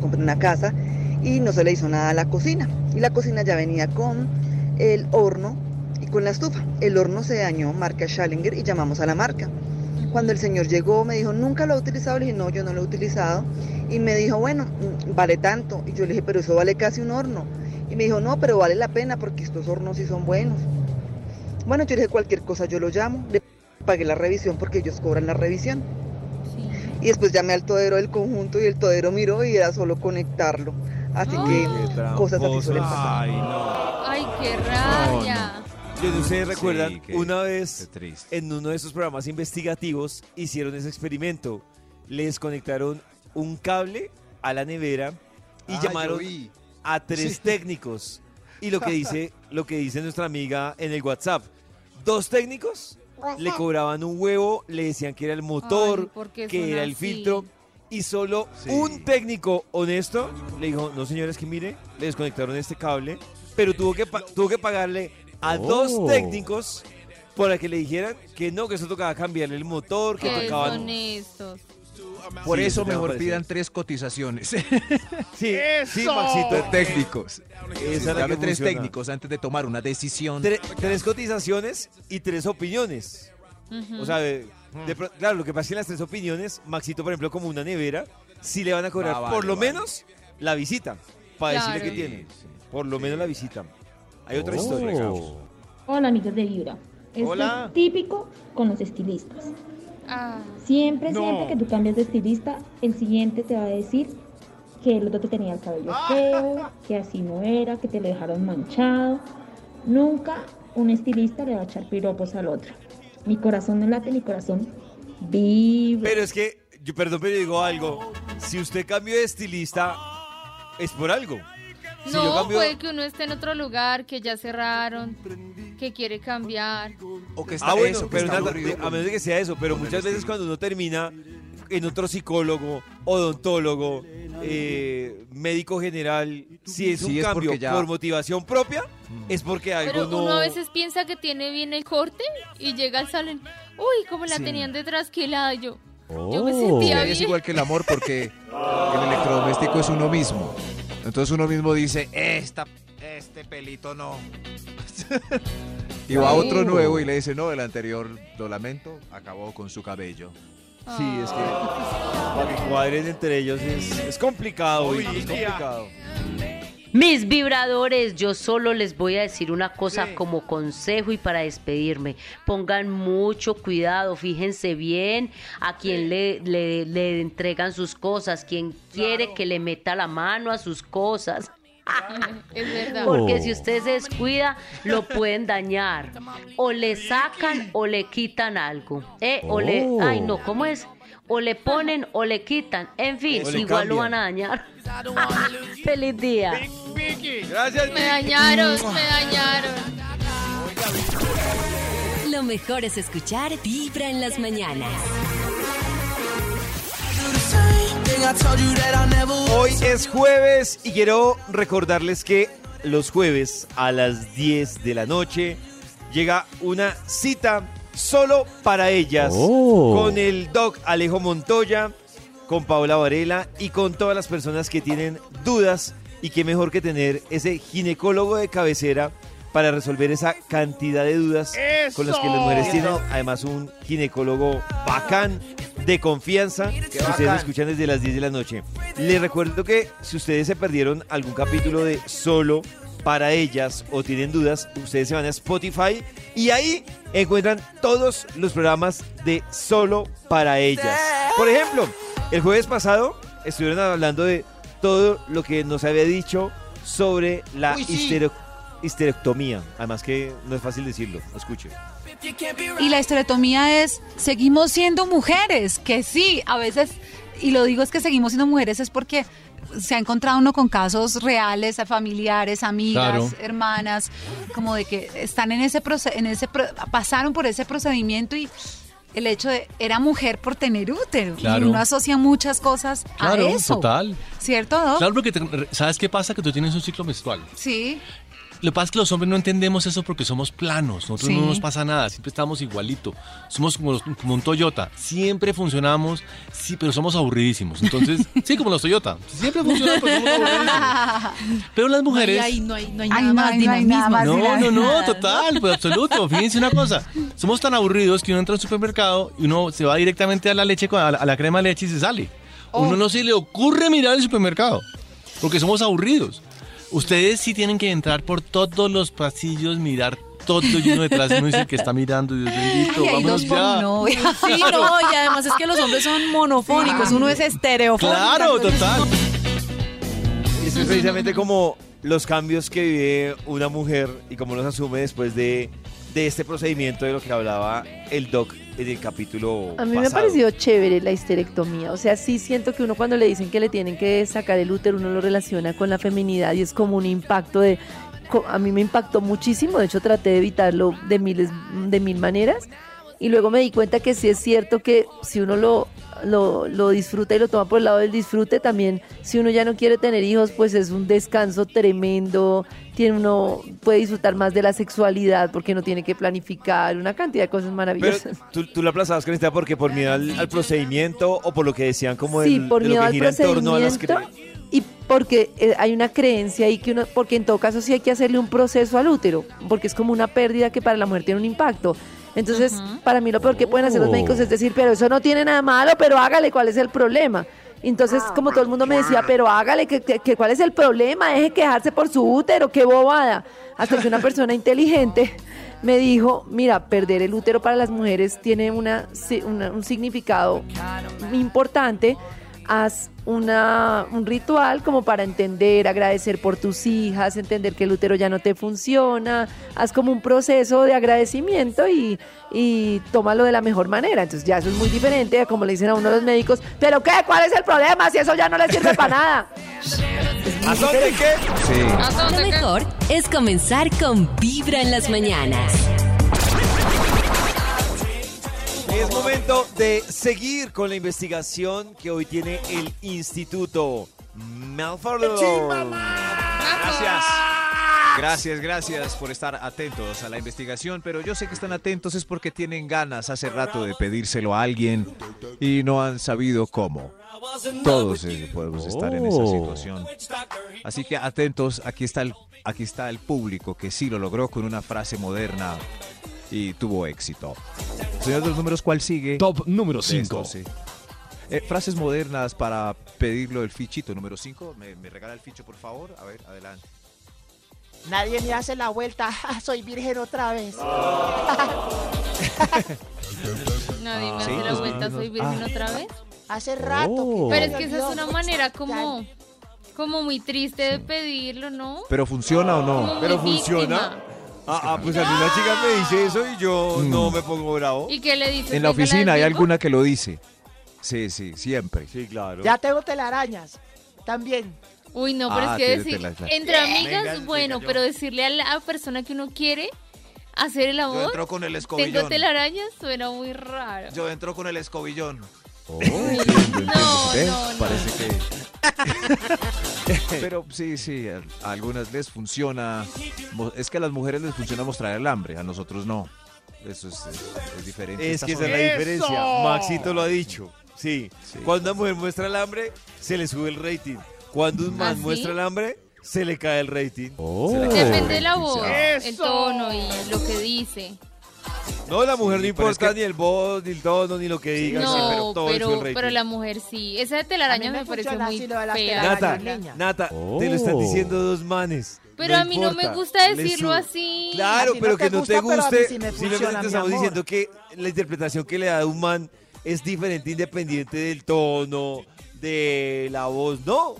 Speaker 16: compré una casa y no se le hizo nada a la cocina y la cocina ya venía con el horno y con la estufa, el horno se dañó, marca Schallinger y llamamos a la marca. Cuando el señor llegó me dijo, nunca lo ha utilizado, le dije, no, yo no lo he utilizado y me dijo, bueno, mm, vale tanto y yo le dije, pero eso vale casi un horno y me dijo, no, pero vale la pena porque estos hornos sí son buenos. Bueno, yo le dije cualquier cosa, yo lo llamo, le pagué la revisión porque ellos cobran la revisión. Y después llamé al todero del conjunto y el todero miró y era solo conectarlo. Así que cosas así suelen pasar.
Speaker 2: Ay, no.
Speaker 4: Ay, qué rabia.
Speaker 2: Yo no sé si recuerdan,
Speaker 5: Sí, qué-
Speaker 2: una vez en uno de esos programas investigativos hicieron ese experimento. Les conectaron un cable a la nevera y
Speaker 5: Ah,
Speaker 2: llamaron
Speaker 5: yo vi.
Speaker 2: a tres
Speaker 5: Sí.
Speaker 2: técnicos. Y lo que dice, lo que dice nuestra amiga en el WhatsApp, dos técnicos le cobraban un huevo, le decían que era el motor,
Speaker 5: Ay, ¿por qué son
Speaker 2: que era el
Speaker 5: así?
Speaker 2: filtro y solo
Speaker 5: Sí.
Speaker 2: un técnico honesto le dijo, no señores que mire, le desconectaron este cable, pero tuvo que, pa- tuvo que pagarle a
Speaker 5: Oh.
Speaker 2: dos técnicos para que le dijeran que no, que eso tocaba cambiarle el motor, que
Speaker 4: Qué
Speaker 2: tocaban...
Speaker 4: deshonestos.
Speaker 5: Por
Speaker 2: Sí,
Speaker 5: eso
Speaker 2: eso te va a
Speaker 5: mejor
Speaker 2: parecer.
Speaker 5: pidan tres cotizaciones.
Speaker 2: Sí, sí,
Speaker 5: ¡Eso!
Speaker 2: Maxito.
Speaker 5: Tres técnicos.
Speaker 2: Esa es la
Speaker 5: Dame
Speaker 2: que
Speaker 5: tres
Speaker 2: funciona.
Speaker 5: técnicos antes de tomar una decisión.
Speaker 2: Tre- tres cotizaciones y tres opiniones.
Speaker 5: Ujú.
Speaker 2: O sea, de-
Speaker 5: Mm.
Speaker 2: de pro- claro, lo que pasa es que en las tres opiniones, Maxito, por ejemplo, como una nevera, sí le van a cobrar
Speaker 5: Ah, vale,
Speaker 2: por lo
Speaker 5: vale.
Speaker 2: menos la visita, para
Speaker 14: Claro.
Speaker 2: decirle que tiene. Por lo menos la visita. Hay otra
Speaker 5: Oh.
Speaker 2: historia.
Speaker 14: Hola amigos de Vibra. Esto
Speaker 2: Hola.
Speaker 14: es típico con los estilistas.
Speaker 4: Ah.
Speaker 14: Siempre,
Speaker 15: No.
Speaker 14: siempre que tú cambias de estilista, el siguiente te va a decir que el otro te tenía el cabello feo, que así no era, que te lo dejaron manchado. Nunca un estilista le va a echar piropos al otro. Mi corazón no late, mi corazón vibra.
Speaker 2: Pero es que, yo, perdón, pero yo digo algo. Si usted cambió de estilista, es por algo. Si
Speaker 4: no,
Speaker 2: yo cambio-
Speaker 4: puede que uno esté en otro lugar, que ya cerraron, que quiere cambiar.
Speaker 5: O que está
Speaker 2: Ah, bueno,
Speaker 5: eso, que
Speaker 2: pero
Speaker 5: está
Speaker 2: nada-
Speaker 5: aburrido pues.
Speaker 2: de- a
Speaker 5: con-
Speaker 2: menos de que sea eso, pero muchas veces cuando uno termina en otro psicólogo, odontólogo, eh, médico general, si es un
Speaker 5: Sí, es
Speaker 2: cambio
Speaker 5: porque ya-
Speaker 2: por motivación propia, es porque algo
Speaker 4: Pero
Speaker 2: no...
Speaker 4: uno a veces piensa que tiene bien el corte y llega al salón. Uy, como la
Speaker 5: Sí.
Speaker 4: tenían detrás, qué helada yo.
Speaker 5: Yo me
Speaker 4: sentía
Speaker 5: Es
Speaker 4: bien.
Speaker 5: igual que el amor porque el electrodoméstico es uno mismo. Entonces uno mismo dice, esta, este pelito no. Y va otro nuevo y le dice, no, el anterior, lo lamento, acabó con su cabello.
Speaker 2: Sí, es que para que cuadren entre ellos es, es complicado,
Speaker 5: Uy,
Speaker 2: Vicky, es
Speaker 5: tía.
Speaker 2: complicado.
Speaker 13: Mis vibradores, yo solo les voy a decir una cosa como consejo y para despedirme. Pongan mucho cuidado, fíjense bien a quién le, le- le entregan sus cosas, quien quiere que le meta la mano a sus cosas.
Speaker 4: Es verdad.
Speaker 13: Porque
Speaker 17: Oh.
Speaker 13: si usted se descuida, lo pueden dañar. O le sacan o le quitan algo. Eh, O le.
Speaker 17: Oh.
Speaker 13: Ay, no, ¿cómo es? O le ponen o le quitan. En fin,
Speaker 17: O le
Speaker 13: igual lo
Speaker 17: cambian.
Speaker 13: van a dañar. Feliz día.
Speaker 2: Gracias.
Speaker 4: Me dañaron, me dañaron.
Speaker 1: Lo mejor es escuchar Vibra en las mañanas.
Speaker 2: Hoy es jueves y quiero recordarles que los jueves a las 10 de la noche llega una cita solo para ellas
Speaker 18: Oh.
Speaker 2: con el doc Alejo Montoya, con Paola Varela y con todas las personas que tienen dudas y qué mejor que tener ese ginecólogo de cabecera para resolver esa cantidad de dudas con las que las mujeres
Speaker 6: ¡Eso!
Speaker 2: tienen. Además un ginecólogo bacán de confianza que ustedes
Speaker 6: bacán.
Speaker 2: lo escuchan desde las 10 de la noche. Les recuerdo que si ustedes se perdieron algún capítulo de Solo para ellas o tienen dudas, ustedes se van a Spotify y ahí encuentran todos los programas de Solo para ellas. Por ejemplo, el jueves pasado estuvieron hablando de todo lo que nos había dicho sobre la
Speaker 19: Uy, sí.
Speaker 2: histero- histerectomía. Además que no es fácil decirlo, escuche.
Speaker 19: Y la estereotomía es, seguimos siendo mujeres, que sí, a veces, y lo digo es que seguimos siendo mujeres es porque se ha encontrado uno con casos reales, a familiares, amigas,
Speaker 20: Claro.
Speaker 19: hermanas, como de que están en ese proceso, en ese pro- pasaron por ese procedimiento y el hecho de era mujer por tener útero.
Speaker 20: Claro.
Speaker 19: Y uno asocia muchas cosas
Speaker 20: Claro,
Speaker 19: a eso.
Speaker 20: total.
Speaker 19: ¿Cierto, Doc?
Speaker 20: Claro, porque te- ¿sabes qué pasa? Que tú tienes un ciclo menstrual.
Speaker 19: Sí.
Speaker 20: Lo que pasa es que los hombres no entendemos eso porque somos planos, nosotros
Speaker 19: Sí.
Speaker 20: no nos pasa nada, siempre estamos igualito, somos como, los- como un Toyota, siempre funcionamos, sí, pero somos aburridísimos, entonces, sí, como los Toyota, siempre funcionan, pero somos aburridísimos. Pero las mujeres...
Speaker 19: no hay,
Speaker 21: nada más dinamismo.
Speaker 20: No, no, no, total, pues absoluto. Fíjense una cosa. Somos tan aburridos que uno entra al supermercado y uno se va directamente a la leche, con- a la, a la crema de leche y se sale.
Speaker 21: Oh.
Speaker 20: Uno no se le ocurre mirar el supermercado porque somos aburridos. Ustedes sí tienen que entrar por todos los pasillos, mirar todo y uno detrás de uno dice que está mirando. Dios bendito,
Speaker 21: Ay, hay
Speaker 20: vámonos
Speaker 21: dos por
Speaker 20: ya.
Speaker 21: no. Sí, no, y además es que los hombres son monofónicos, uno es estereofónico.
Speaker 2: Claro,
Speaker 21: entonces-
Speaker 2: total. Es precisamente como los cambios que vive una mujer y cómo los asume después de, de este procedimiento de lo que hablaba el doc en el capítulo
Speaker 3: A mí me ha
Speaker 2: pasado.
Speaker 3: parecido chévere la histerectomía. O sea, sí siento que uno cuando le dicen que le tienen que sacar el útero, uno lo relaciona con la feminidad y es como un impacto de... co- A mí me impactó muchísimo, de hecho traté de evitarlo de miles, de mil maneras. Y luego me di cuenta que sí es cierto que si uno lo lo, lo disfruta y lo toma por el lado del disfrute. También, si uno ya no quiere tener hijos, pues es un descanso tremendo. Tiene uno puede disfrutar más de la sexualidad porque no tiene que planificar una cantidad de cosas
Speaker 2: Pero
Speaker 3: maravillosas.
Speaker 2: tú, tú la aplazabas, Karencita, porque por miedo al, al procedimiento o por lo que decían como
Speaker 3: sí,
Speaker 2: del-
Speaker 3: por
Speaker 2: de
Speaker 3: miedo
Speaker 2: lo que
Speaker 3: al
Speaker 2: gira en torno a las
Speaker 3: procedimiento y porque eh, hay una creencia ahí que uno, porque en todo caso sí hay que hacerle un proceso al útero, porque es como una pérdida que para la mujer tiene un impacto. Entonces, para mí lo peor que pueden hacer los
Speaker 15: Oh.
Speaker 3: médicos es decir, pero eso no tiene nada malo, pero hágale, ¿cuál es el problema? Entonces, como todo el mundo me decía, pero hágale, que, que- que ¿cuál es el problema? Deje quejarse por su útero, qué bobada. Hasta que una persona inteligente me dijo, mira, perder el útero para las mujeres tiene una, si- una- un significado importante. Haz una, un ritual como para entender, agradecer por tus hijas, entender que el útero ya no te funciona. Haz como un proceso de agradecimiento y, y tómalo de la mejor manera. Entonces ya eso es muy diferente a como le dicen a uno los médicos, pero ¿qué? ¿Cuál es el problema? Si eso ya no le sirve para nada.
Speaker 2: ¿A dónde qué?
Speaker 1: Lo mejor es comenzar con Vibra en las mañanas.
Speaker 2: Es momento de seguir con la investigación que hoy tiene el Instituto Malfarlo. Gracias.
Speaker 5: Gracias, gracias por estar atentos a la investigación, pero yo sé que están atentos es porque tienen ganas hace rato de pedírselo a alguien y no han sabido cómo. Todos eh, podemos estar en esa
Speaker 20: Oh.
Speaker 5: situación. Así que atentos, aquí está el, aquí está el público que sí lo logró con una frase moderna y tuvo éxito. Señor de los números, ¿cuál sigue? Top número
Speaker 12: cinco.
Speaker 5: Eh, frases modernas para pedirlo el fichito número 5.
Speaker 2: Eh,
Speaker 5: ¿Me, me regala el ficho, por favor? A ver, adelante.
Speaker 11: Nadie me hace la vuelta. Soy virgen otra vez.
Speaker 5: Ah.
Speaker 4: Nadie
Speaker 15: Ah,
Speaker 4: me
Speaker 5: Sí,
Speaker 4: hace
Speaker 15: pues
Speaker 4: la
Speaker 5: los
Speaker 4: vuelta,
Speaker 5: mismos.
Speaker 4: soy virgen
Speaker 5: Ah.
Speaker 4: otra vez.
Speaker 11: Hace rato.
Speaker 5: Oh.
Speaker 4: Pero es que esa es una manera como, como muy triste de pedirlo, ¿no?
Speaker 5: ¿Pero funciona o no?
Speaker 4: Como muy víctima.
Speaker 2: Ah, ah, pues alguna chica me dice eso y yo no me pongo bravo.
Speaker 4: ¿Y qué le dices?
Speaker 5: Mm. En la
Speaker 4: ¿Venga,
Speaker 5: oficina hay
Speaker 4: desdigo?
Speaker 5: alguna que lo dice. Sí, sí, siempre.
Speaker 2: Sí, claro.
Speaker 11: Ya tengo telarañas. También.
Speaker 4: Uy, no, pero
Speaker 5: Ah,
Speaker 4: es que
Speaker 5: tienes
Speaker 4: decir,
Speaker 5: tela, claro.
Speaker 4: entre amigas,
Speaker 5: Venga, sí,
Speaker 4: bueno,
Speaker 5: cayó.
Speaker 4: pero decirle a la persona que uno quiere hacer el amor,
Speaker 5: entro con el
Speaker 4: tengo
Speaker 5: escobillón".
Speaker 4: telarañas, suena muy raro.
Speaker 5: Yo entro con el escobillón.
Speaker 2: Oh,
Speaker 4: no, no, no.
Speaker 5: Parece que. Pero sí, sí, a a algunas les funciona. mo- Es que a las mujeres les funciona mostrar el hambre, a nosotros no. Eso es, es- es diferente.
Speaker 2: Es
Speaker 5: Estas
Speaker 2: que esa
Speaker 5: son-
Speaker 2: es la diferencia. Maxito lo ha dicho. Sí. Cuando una mujer muestra el hambre, se le sube el rating. Cuando un man
Speaker 4: ¿Ah, sí?
Speaker 2: muestra el hambre, se le cae el rating.
Speaker 5: Se le cae.
Speaker 4: Depende de la voz, el
Speaker 11: ¡Eso!
Speaker 4: tono y lo que dice.
Speaker 2: No, la mujer no
Speaker 5: pero es
Speaker 2: importa ni el voz, ni el tono, ni lo que diga. sí, pero
Speaker 4: no,
Speaker 2: todo le sube
Speaker 4: pero,
Speaker 2: el rating.
Speaker 4: pero la mujer sí. Esa de telaraña
Speaker 11: A mí
Speaker 4: me,
Speaker 11: me
Speaker 4: parece
Speaker 11: funciona
Speaker 4: muy
Speaker 11: así lo de las
Speaker 4: fea.
Speaker 11: telarañas.
Speaker 2: Nata,
Speaker 11: niña.
Speaker 2: Nata, te lo están
Speaker 5: Oh.
Speaker 2: diciendo dos manes.
Speaker 4: Pero
Speaker 2: No
Speaker 4: a mí no me
Speaker 2: importa,
Speaker 4: gusta
Speaker 2: le
Speaker 4: decirlo
Speaker 2: sube.
Speaker 4: así.
Speaker 2: Claro,
Speaker 4: A ti no
Speaker 2: pero
Speaker 4: te
Speaker 2: que no te
Speaker 4: gusta, pero a
Speaker 2: guste.
Speaker 4: mí sí me
Speaker 2: Simplemente
Speaker 4: funciona, mi
Speaker 2: estamos
Speaker 4: amor.
Speaker 2: diciendo que la interpretación que le da un man es diferente independiente del tono, de la voz. No.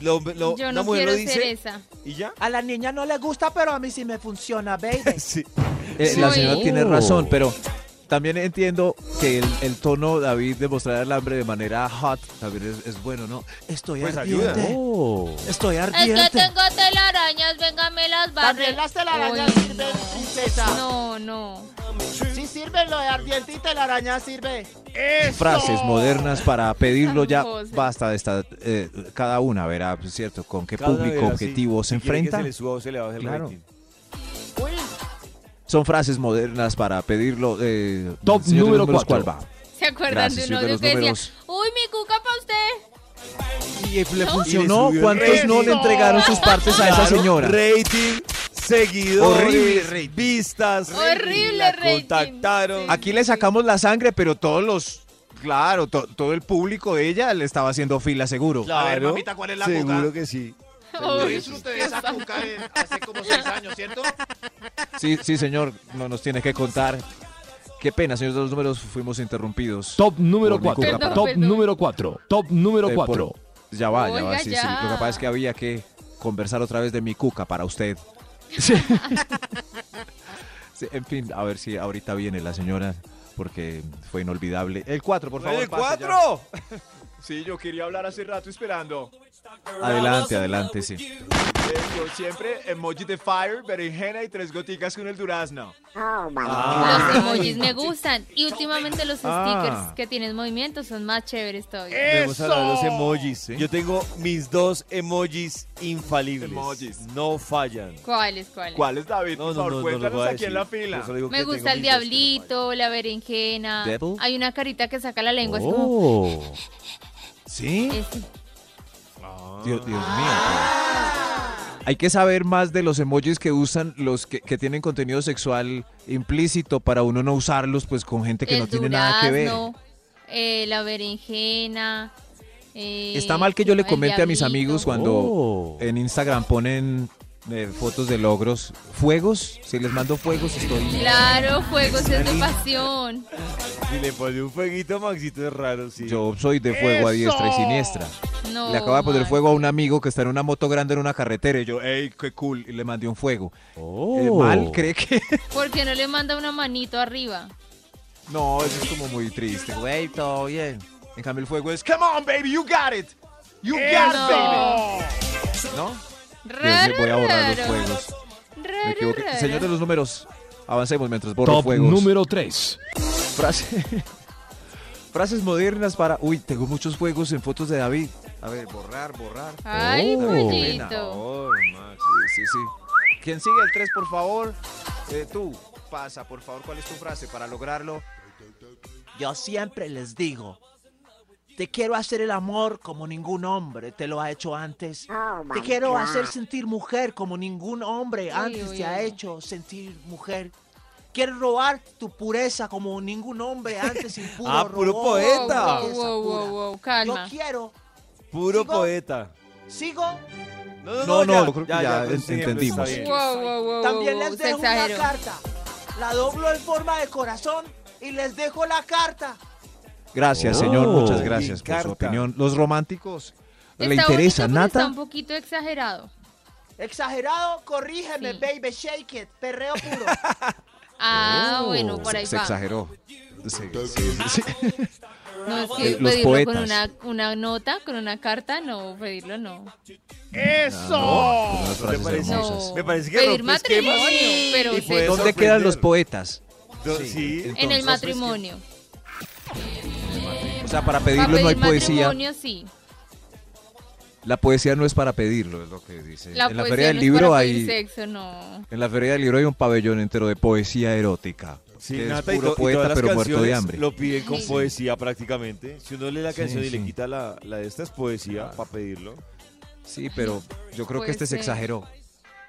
Speaker 2: Lo, lo-
Speaker 4: Yo
Speaker 2: una
Speaker 4: no
Speaker 2: mujer
Speaker 4: quiero
Speaker 2: lo dice
Speaker 4: ser esa.
Speaker 2: y ya.
Speaker 11: A la niña no le gusta, pero a mí sí me funciona, baby.
Speaker 5: Eh, la
Speaker 11: Sí.
Speaker 5: señora tiene
Speaker 11: Oh.
Speaker 5: razón, pero también entiendo que el, el tono, David, de mostrar el hambre de manera hot también es, es bueno, ¿no? Estoy
Speaker 2: Pues
Speaker 5: ardiente.
Speaker 2: ayuda.
Speaker 4: Oh.
Speaker 5: Estoy
Speaker 4: Es que
Speaker 5: ardiente.
Speaker 4: tengo telarañas, venga, me las barre.
Speaker 11: También las telarañas
Speaker 4: Uy,
Speaker 11: sirven, princesa.
Speaker 4: No, no.
Speaker 11: Sí sirve lo de ardiente y telaraña sirve.
Speaker 5: Frases modernas para pedirlo ya
Speaker 11: José.
Speaker 5: basta de esta eh, cada una verá pues, cierto con qué
Speaker 2: Cada
Speaker 5: público
Speaker 2: vez así,
Speaker 5: objetivo se
Speaker 2: si quiere
Speaker 5: enfrenta
Speaker 2: Que se le suba o se le baje el
Speaker 5: Claro.
Speaker 2: rating.
Speaker 5: son frases modernas para pedirlo eh,
Speaker 12: Top
Speaker 5: señor de
Speaker 12: número
Speaker 5: números,
Speaker 12: cuatro.
Speaker 5: ¿cuál va?
Speaker 4: ¿Se acuerdan
Speaker 5: Gracias,
Speaker 4: de un
Speaker 5: señor de
Speaker 4: audio
Speaker 5: los
Speaker 4: que decía,
Speaker 5: números.
Speaker 4: uy, mi cuca para usted?
Speaker 5: le
Speaker 4: ¿No?
Speaker 5: funcionó
Speaker 2: Y le subió el
Speaker 5: cuántos no le
Speaker 2: rating.
Speaker 5: entregaron sus partes a esa
Speaker 2: Claro,
Speaker 5: señora
Speaker 2: Rating, seguidores,
Speaker 5: Horrible rating.
Speaker 2: vistas.
Speaker 4: Horrible
Speaker 2: la
Speaker 4: rating.
Speaker 2: Contactaron.
Speaker 5: Aquí le sacamos la sangre, pero todos los. Claro, to- todo el público de ella le estaba haciendo fila, seguro.
Speaker 2: Claro.
Speaker 5: A ver, mamita,
Speaker 2: ¿cuál
Speaker 5: es la
Speaker 2: Seguro
Speaker 5: cuca?
Speaker 2: que sí.
Speaker 4: Uy,
Speaker 6: hace como seis años, ¿cierto?
Speaker 5: Sí, sí, señor, no nos tiene que contar. Qué pena, señor de los números, fuimos interrumpidos.
Speaker 12: Top número
Speaker 5: Por mi
Speaker 12: 4.
Speaker 5: cuca, perdón,
Speaker 12: top
Speaker 5: perdón.
Speaker 12: número 4. Top número
Speaker 5: Eh,
Speaker 12: 4.
Speaker 5: por- ya va, ya va,
Speaker 12: Oiga,
Speaker 5: sí,
Speaker 12: ya.
Speaker 5: sí. Lo que pasa es que había que conversar otra vez de mi cuca para usted. Sí, en fin, a ver si ahorita viene la señora, porque fue inolvidable. El 4, por favor.
Speaker 2: ¡El
Speaker 5: pase ya.
Speaker 2: cuatro!
Speaker 5: Sí, yo quería hablar hace rato esperando. Eh, Adelante, adelante, sí.
Speaker 9: Yo siempre
Speaker 5: eh,
Speaker 9: emoji de fire, berenjena y tres goticas con el durazno.
Speaker 4: Oh my
Speaker 9: Ah.
Speaker 4: Los emojis me gustan. Y últimamente los
Speaker 2: Ah.
Speaker 4: stickers que tienen movimiento son más chéveres todavía.
Speaker 2: Debemos hablar de los emojis. ¿eh? Yo tengo mis dos emojis infalibles. No fallan.
Speaker 4: ¿Cuáles, cuáles?
Speaker 9: ¿Cuáles, David? Por favor, cuéntanos
Speaker 2: lo voy a
Speaker 9: aquí en la
Speaker 2: decir.
Speaker 9: fila.
Speaker 2: Yo solo digo
Speaker 4: Me
Speaker 2: que
Speaker 4: gusta
Speaker 2: tengo
Speaker 4: el
Speaker 2: mis dos.
Speaker 4: diablito, la berenjena.
Speaker 2: Devil.
Speaker 4: Hay una carita que saca la lengua. así como-
Speaker 5: Oh. ¿Sí?
Speaker 4: Este.
Speaker 5: Dios, Dios mío. pues. Hay que saber más de los emojis que usan los que, que tienen contenido sexual implícito para uno no usarlos pues con gente que
Speaker 4: el
Speaker 5: no tiene nada que ver.
Speaker 4: durazno, eh, la berenjena. eh,
Speaker 5: Está mal que yo le
Speaker 4: el
Speaker 5: comente a mis
Speaker 4: diablito.
Speaker 5: amigos cuando en Instagram ponen eh, fotos de logros. ¿Fuegos? Si les mando fuegos estoy...
Speaker 4: Claro, fuegos es de pasión.
Speaker 2: Si le pone un fueguito, Maxito, es raro, sí.
Speaker 5: Yo soy de fuego a diestra y siniestra.
Speaker 4: No,
Speaker 5: le acaba de poner
Speaker 4: man.
Speaker 5: fuego a un amigo que está en una moto grande en una carretera. Y yo, ¡ey, qué cool! Y le mandé un fuego. Eh, mal, cree que.
Speaker 4: ¿Por qué no le manda una manito arriba?
Speaker 5: No, eso es como muy triste.
Speaker 6: Güey, todo bien.
Speaker 5: En cambio, el fuego es.
Speaker 9: Come on, baby, you got it. You got
Speaker 6: Eso.
Speaker 9: it, baby.
Speaker 5: ¿No? Dios
Speaker 4: Raro,
Speaker 5: mío, voy a borrar los
Speaker 4: raro.
Speaker 5: fuegos. Me equivoqué. Señor de los números, avancemos mientras borro
Speaker 12: Top
Speaker 5: fuegos.
Speaker 12: número 3.
Speaker 5: Frase. Frases modernas para. Uy, tengo muchos fuegos en fotos de David. A ver, borrar, borrar.
Speaker 9: Ay,
Speaker 5: Pena. Sí, sí, sí. ¿Quién sigue el 3, por favor? Eh, tú, pasa, por favor, ¿cuál es tu frase para lograrlo?
Speaker 6: Yo siempre les digo, te quiero hacer el amor como ningún hombre te lo ha hecho antes. te quiero
Speaker 11: God.
Speaker 6: hacer sentir mujer como ningún hombre antes
Speaker 11: uy,
Speaker 6: te ha
Speaker 11: uy.
Speaker 6: hecho sentir mujer. Quiero robar tu pureza como ningún hombre antes impuro.
Speaker 2: Ah, puro
Speaker 6: robó
Speaker 2: poeta.
Speaker 6: tu
Speaker 4: Wow,
Speaker 6: pureza
Speaker 4: wow,
Speaker 6: pura.
Speaker 4: wow, wow, calma.
Speaker 6: Yo quiero,
Speaker 2: Puro
Speaker 6: ¿Sigo?
Speaker 2: poeta.
Speaker 6: sigo.
Speaker 5: No, no,
Speaker 2: ya,
Speaker 5: yo creo que ya
Speaker 2: ya, ya, con ese ejemplo está
Speaker 5: entendimos.
Speaker 2: bien.
Speaker 4: Wow, wow, wow,
Speaker 6: También
Speaker 4: wow,
Speaker 6: les
Speaker 4: wow, se
Speaker 6: dejo una
Speaker 4: exageró.
Speaker 6: carta. La doblo en forma de corazón y les dejo la carta.
Speaker 5: Gracias,
Speaker 2: Oh,
Speaker 5: señor, muchas
Speaker 2: mi
Speaker 5: gracias por su
Speaker 2: carta.
Speaker 5: opinión. Los románticos, ¿le
Speaker 4: Está
Speaker 5: interesa,
Speaker 4: bonito, pero Está
Speaker 5: Nata?
Speaker 4: un poquito exagerado.
Speaker 6: Exagerado, corrígeme, baby, shake it, perreo puro.
Speaker 4: Ah,
Speaker 8: Uh,
Speaker 5: Oh,
Speaker 4: bueno, por
Speaker 5: se-
Speaker 4: ahí
Speaker 5: se,
Speaker 4: va.
Speaker 5: exageró. Sí, sí, sí.
Speaker 4: No es
Speaker 5: Eh,
Speaker 4: que
Speaker 5: los
Speaker 4: pedirlo con
Speaker 5: poetas.
Speaker 4: una, una nota, con una carta, no, pedirlo no.
Speaker 5: Ah, No, unas
Speaker 2: Me
Speaker 5: frases
Speaker 2: parece,
Speaker 5: hermosas.
Speaker 2: me parece que
Speaker 4: Pedir
Speaker 2: rompe esquemas
Speaker 4: matrimonio,
Speaker 2: y-
Speaker 4: pero
Speaker 2: y
Speaker 4: se-
Speaker 2: puede
Speaker 5: pues, ¿Dónde
Speaker 2: sorprender.
Speaker 5: quedan los poetas?
Speaker 2: Do- sí.
Speaker 4: ¿eh? en el
Speaker 5: Entonces,
Speaker 4: matrimonio.
Speaker 5: O sea, para
Speaker 4: Para
Speaker 5: pedirlo
Speaker 4: pedir
Speaker 5: no hay poesía.
Speaker 4: matrimonio, sí.
Speaker 5: La poesía no es para pedirlo, es lo que dice.
Speaker 4: La
Speaker 5: en la
Speaker 4: poesía
Speaker 5: feria del
Speaker 4: no es
Speaker 5: libro
Speaker 4: para pedir
Speaker 5: hay
Speaker 4: sexo, no.
Speaker 5: en la feria del libro hay un pabellón entero de poesía erótica.
Speaker 2: Sí,
Speaker 5: que
Speaker 2: Nata,
Speaker 5: es
Speaker 2: y
Speaker 5: puro
Speaker 2: to- y
Speaker 5: poeta
Speaker 2: todas las
Speaker 5: pero muerto de
Speaker 2: canciones
Speaker 5: hambre.
Speaker 2: Lo piden con
Speaker 4: Sí.
Speaker 2: poesía prácticamente. Si uno lee la
Speaker 5: Sí,
Speaker 2: canción y le
Speaker 5: sí.
Speaker 2: quita la, la de esta es poesía para pedirlo.
Speaker 5: Sí, pero yo creo que
Speaker 6: Puede
Speaker 5: este se
Speaker 6: ser.
Speaker 5: exageró.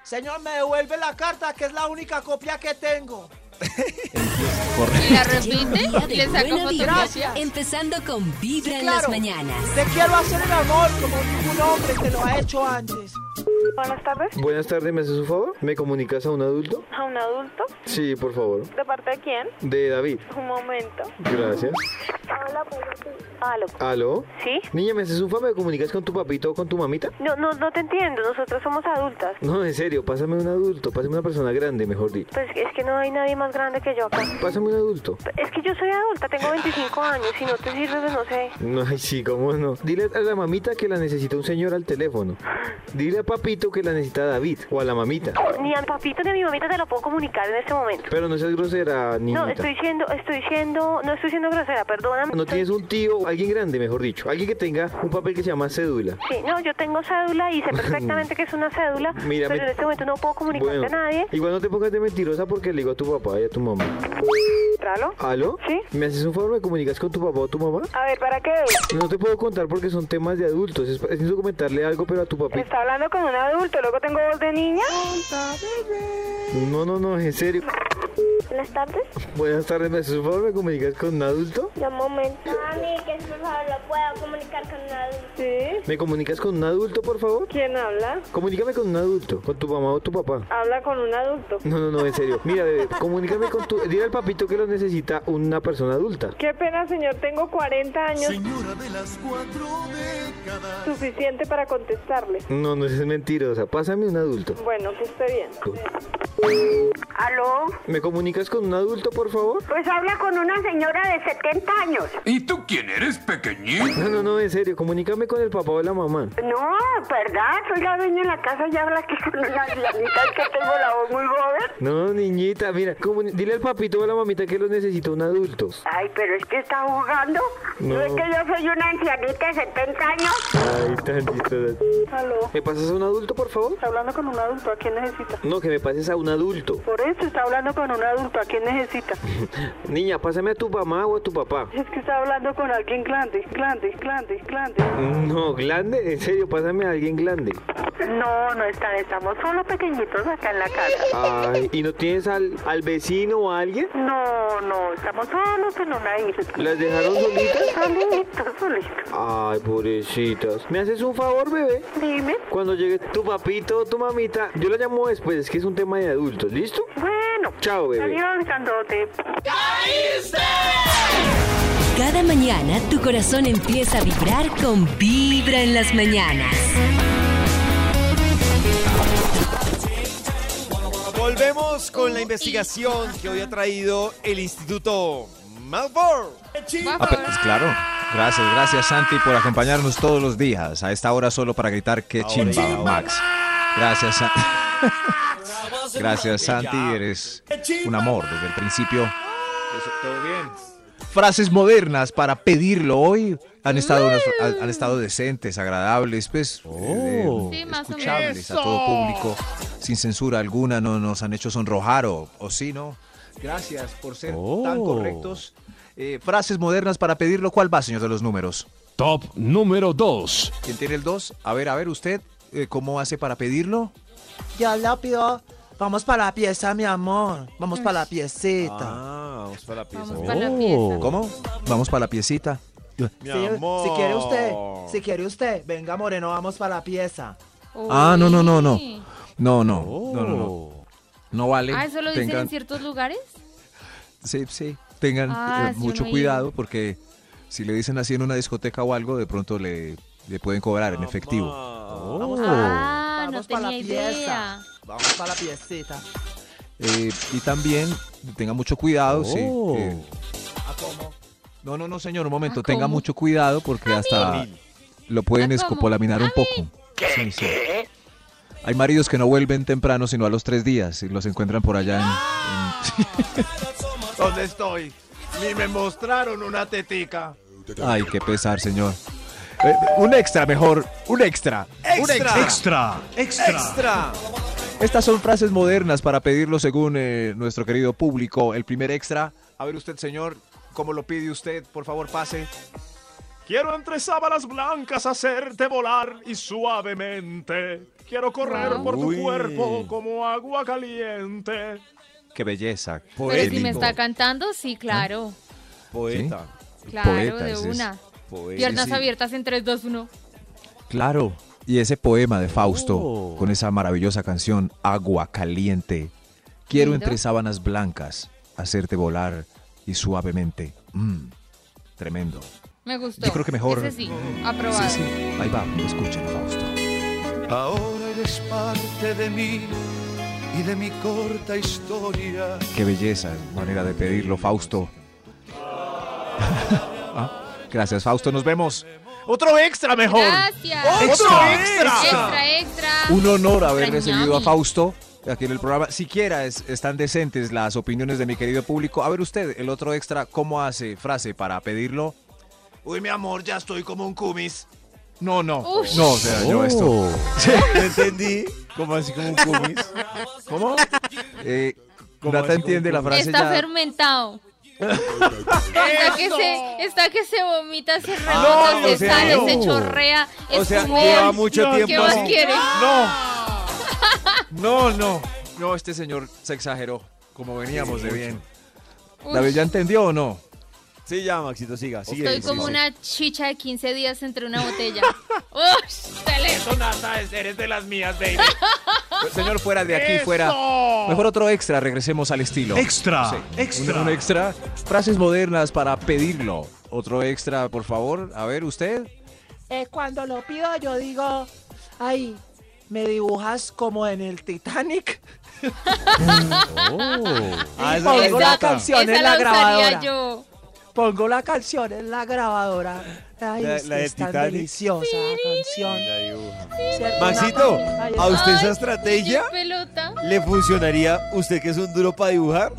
Speaker 6: Señor, me devuelve la carta, que es la única copia que tengo.
Speaker 4: ¿Y la repite?
Speaker 1: Día de
Speaker 4: ¿Le saca
Speaker 1: buena vibra,
Speaker 4: fotografía?
Speaker 1: Empezando con Vibra en las
Speaker 6: claro.
Speaker 1: mañanas.
Speaker 6: Te quiero hacer el amor como ningún hombre te lo ha hecho antes.
Speaker 15: Buenas tardes,
Speaker 17: Buenas tardes, ¿me haces un favor? ¿Me comunicas a un adulto?
Speaker 15: a un adulto.
Speaker 17: Sí, por favor.
Speaker 15: ¿De parte de quién?
Speaker 17: De David.
Speaker 15: Un momento.
Speaker 17: Gracias.
Speaker 15: Hola, pues, Ah, Aló.
Speaker 17: ¿Aló?
Speaker 15: ¿Sí?
Speaker 17: Niña, ¿me haces un favor? ¿Me comunicas con tu papito o con tu mamita?
Speaker 15: No, no, no te entiendo, nosotros somos adultas.
Speaker 17: No, en serio, pásame un adulto, pásame una persona grande, mejor dicho.
Speaker 15: Pues es que no hay nadie más grande que yo acá.
Speaker 17: Pásame un adulto.
Speaker 15: Es que yo soy adulta, tengo 25 años, si no te sirve, pues no sé.
Speaker 17: No, ay, sí, cómo no. Dile a la mamita que la necesita un señor al teléfono. Dile a papito que la necesita David o a la mamita.
Speaker 15: Ni a mi papito ni a mi mamita te lo puedo comunicar en este momento.
Speaker 17: Pero no seas grosera, niñita.
Speaker 15: No, estoy siendo, estoy siendo, no estoy siendo grosera, perdóname.
Speaker 17: ¿No tienes un tío, alguien grande, mejor dicho? Alguien que tenga un papel que se llama cédula.
Speaker 15: Sí, no, yo tengo cédula y sé perfectamente que es una cédula,
Speaker 17: Mírame.
Speaker 15: pero en este momento no puedo comunicarte a nadie.
Speaker 17: igual no te pongas de mentirosa porque le digo a tu papá y a tu mamá.
Speaker 15: ¿Aló?
Speaker 17: ¿Aló? ¿Me haces un favor? ¿Me comunicas con tu papá o tu mamá?
Speaker 15: A ver, ¿para qué?
Speaker 17: No te puedo contar porque son temas de adultos. Es, es necesario comentarle algo, pero a tu papá.
Speaker 15: Está hablando con un adulto, luego tengo voz de niña.
Speaker 17: No, no, no, en serio.
Speaker 15: Buenas tardes.
Speaker 17: Buenas tardes, ¿me haces un favor? ¿Me comunicas con un adulto?
Speaker 15: Ya un momento. Mami, que por favor lo puedo comunicar con un adulto. Sí.
Speaker 17: ¿Me comunicas con un adulto, por favor?
Speaker 15: ¿Quién habla?
Speaker 17: Comunícame con un adulto, con tu mamá o tu papá.
Speaker 15: Habla con un adulto.
Speaker 17: No, no, no, en serio. Mira, bebé, comunícame con tu... Dile al papito que lo necesita una persona adulta.
Speaker 15: Qué pena, señor, tengo 40 años.
Speaker 18: Señora de las cuatro décadas.
Speaker 15: Suficiente para contestarle.
Speaker 17: No, no es mentira, o sea, pásame un adulto.
Speaker 15: Bueno, que esté bien. ¿Aló?
Speaker 17: ¿Me comunicas con un adulto, por favor?
Speaker 15: Pues habla con una señora de 70 años.
Speaker 17: ¿Y tú quién eres, pequeñín? No, no, no, en serio, comunícame con el papá o la mamá.
Speaker 15: No, ¿verdad? Soy la dueña de la casa y habla aquí con una ancianita que tengo la voz muy joven.
Speaker 17: No, niñita, mira, comuni- dile al papito o a la mamita que los necesita un adulto.
Speaker 15: Ay, pero es que está jugando.
Speaker 17: No.
Speaker 15: ¿No es que yo soy una ancianita de 70 años?
Speaker 17: Ay, tan chistosa.
Speaker 15: ¿Aló?
Speaker 17: ¿Me pasas a un adulto, por favor?
Speaker 15: Está hablando con un adulto, ¿a quién necesita?
Speaker 17: No, que me pases a un adulto.
Speaker 15: Por eso está hablando con un adulto, ¿a quién necesita?
Speaker 17: Niña, pásame a tu mamá o a tu papá.
Speaker 15: Es que está hablando con alguien grande, grande, grande, grande.
Speaker 17: No, grande, en serio, pásame a alguien grande.
Speaker 15: No, no están, estamos solo pequeñitos acá en la casa.
Speaker 17: Ay, ¿y no tienes al, al vecino o a alguien?
Speaker 15: No, no, estamos solos en una isla.
Speaker 17: ¿Las dejaron solitas?
Speaker 15: Solitos, solitos.
Speaker 17: Ay, pobrecitas. ¿Me haces un favor, bebé?
Speaker 15: Dime.
Speaker 17: Cuando llegue tu papito o tu mamita, yo la llamo después, es que es un tema de adultos, ¿listo?
Speaker 15: Bueno.
Speaker 17: Chao, bebé.
Speaker 15: Adiós, grandote.
Speaker 1: Cada mañana tu corazón empieza a vibrar con Vibra en las mañanas.
Speaker 2: Volvemos con la investigación que hoy ha traído el Instituto Malfour.
Speaker 5: Apenas, Ah, pues, claro. Gracias, gracias Santi por acompañarnos todos los días. A esta hora solo para gritar que chimba,
Speaker 2: chimba.
Speaker 5: Max. Gracias, Sa- gracias
Speaker 4: pues,
Speaker 5: Santi. Eres un amor desde el principio.
Speaker 2: Todo bien.
Speaker 5: Frases modernas para pedirlo hoy han estado, unas-
Speaker 4: Mm.
Speaker 5: han, han estado decentes, agradables, pues eh,
Speaker 4: Oh. Sí, más o menos.
Speaker 5: escuchables a todo público, sin censura alguna, no nos han hecho sonrojar o, o sí, ¿no? Gracias por ser
Speaker 4: Oh.
Speaker 5: tan correctos. Eh, frases modernas para pedirlo, ¿cuál va, señor de los números?
Speaker 12: Top número 2.
Speaker 5: ¿Quién tiene el 2? A ver, a ver, usted, eh, ¿cómo hace para pedirlo?
Speaker 11: Yo le pido, vamos para la pieza, mi amor. Vamos para la piecita.
Speaker 2: Ah, vamos para la pieza.
Speaker 11: para la pieza.
Speaker 5: Oh. ¿Cómo? Vamos para la piecita.
Speaker 11: Si, si quiere usted, si quiere usted, venga Moreno, vamos para la pieza.
Speaker 5: Ah, no, no, no, no. No, no, no, no, no. No vale.
Speaker 4: Ah, ¿eso lo dicen
Speaker 5: tengan,
Speaker 4: en ciertos lugares?
Speaker 5: sí, sí, tengan
Speaker 4: Ah,
Speaker 5: eh,
Speaker 4: sí,
Speaker 5: mucho
Speaker 4: uno
Speaker 5: cuidado porque si le dicen así en una discoteca o algo, de pronto le, le pueden cobrar en efectivo. Oh.
Speaker 4: Ah, no
Speaker 11: Vamos para la
Speaker 4: tenía
Speaker 11: pieza.
Speaker 4: idea.
Speaker 11: Vamos para la piecita.
Speaker 5: Eh, y también tenga mucho cuidado, sí.
Speaker 11: Oh.
Speaker 5: eh, no, no, no, señor, un momento,
Speaker 11: ¿Ah,
Speaker 5: tenga
Speaker 11: cómo?
Speaker 5: mucho cuidado porque hasta lo
Speaker 4: Ah,
Speaker 5: pueden escopolaminar un poco. Sí, sí. Hay maridos que no vuelven temprano sino a los tres días y los encuentran por allá en- en...
Speaker 8: ¿Dónde estoy? Ni me mostraron una tetica.
Speaker 5: Ay, qué pesar, señor. Eh, un extra mejor, un extra. Un
Speaker 8: Extra.
Speaker 5: extra.
Speaker 8: Extra.
Speaker 5: Estas son frases modernas para pedirlo según eh, nuestro querido público. El primer extra. A ver usted, señor, ¿cómo lo pide usted? Por favor, pase.
Speaker 8: Quiero entre sábanas blancas hacerte volar y suavemente. Quiero correr por tu
Speaker 5: Uy.
Speaker 8: cuerpo como agua caliente.
Speaker 5: Qué belleza.
Speaker 4: Pero si me está cantando, sí, claro.
Speaker 5: Poeta.
Speaker 4: Claro,
Speaker 5: Ah, Poeta,
Speaker 4: de
Speaker 5: es- es-
Speaker 4: una.
Speaker 5: poeta.
Speaker 4: Piernas
Speaker 5: Sí, sí.
Speaker 4: abiertas en 3, 2, 1.
Speaker 5: Claro. Y ese poema de Fausto con esa maravillosa canción Agua Caliente. Quiero
Speaker 4: Lindo.
Speaker 5: entre sábanas blancas hacerte volar y suavemente. Mm, tremendo.
Speaker 4: Me gustó.
Speaker 5: Yo creo que mejor-
Speaker 4: Ese sí, aprobado.
Speaker 5: Sí, sí. Ahí va, escuchen, Fausto.
Speaker 18: Ahora eres parte de mí y de mi corta historia.
Speaker 5: Qué belleza, manera de pedirlo, Fausto. Ah, Gracias, Fausto. Nos vemos.
Speaker 8: Otro extra mejor.
Speaker 4: Gracias.
Speaker 8: Otro extra.
Speaker 4: Extra, extra.
Speaker 5: Un honor haber recibido a
Speaker 4: Ñami.
Speaker 5: Fausto aquí en el programa. Siquiera es- están decentes las opiniones de mi querido público. A ver usted, el otro extra, ¿cómo hace frase para pedirlo?
Speaker 8: Uy, mi amor, ya estoy como un cumis.
Speaker 5: No, no.
Speaker 8: Ush.
Speaker 5: No, o sea, yo esto.
Speaker 8: Oh.
Speaker 2: entendí. Como así como un cumis.
Speaker 5: ¿Cómo? Eh, Nata entiende la frase
Speaker 4: Está
Speaker 5: ya.
Speaker 4: fermentado. está, que se, está que se vomita, se
Speaker 2: Ah,
Speaker 4: rebota,
Speaker 2: no,
Speaker 4: se
Speaker 2: o sea,
Speaker 4: sale,
Speaker 2: no.
Speaker 4: se chorrea.
Speaker 2: O sea,
Speaker 4: espuma.
Speaker 2: lleva mucho
Speaker 4: ¿Qué
Speaker 2: tiempo
Speaker 4: más
Speaker 2: así.
Speaker 4: quiere?
Speaker 5: No, no. No, este señor se exageró. Como veníamos de bien.
Speaker 4: Ush.
Speaker 5: ¿David ya entendió o no?
Speaker 2: Sí, ya, Maxito, siga. sigue,
Speaker 4: Estoy
Speaker 2: sigue,
Speaker 4: como
Speaker 2: sigue.
Speaker 4: una chicha de 15 días entre una botella. Uy,
Speaker 8: Eso, Nata, es- eres de las mías, baby.
Speaker 5: Señor, fuera de aquí, fuera.
Speaker 8: Eso.
Speaker 5: Mejor otro extra, regresemos al estilo.
Speaker 8: Extra,
Speaker 5: extra. Un, un extra. Frases modernas para pedirlo. Otro extra, por favor. A ver, usted.
Speaker 11: Eh, cuando lo pido, yo digo, ay,
Speaker 6: me dibujas como en el Titanic.
Speaker 2: Ah,
Speaker 6: Y
Speaker 2: esa me
Speaker 6: pongo la
Speaker 2: gusta.
Speaker 6: canción
Speaker 4: Esa
Speaker 6: en la
Speaker 4: la usaría
Speaker 6: grabadora.
Speaker 4: yo.
Speaker 6: Pongo la canción en la grabadora. Ay,
Speaker 2: La-
Speaker 6: es
Speaker 2: la
Speaker 6: que
Speaker 2: de
Speaker 6: es tan
Speaker 2: Titanic.
Speaker 6: deliciosa la canción.
Speaker 2: Maxito, ¿a usted esa
Speaker 4: Ay,
Speaker 2: estrategia
Speaker 4: mi pelota.
Speaker 2: le funcionaría? Usted que es un duro para dibujar,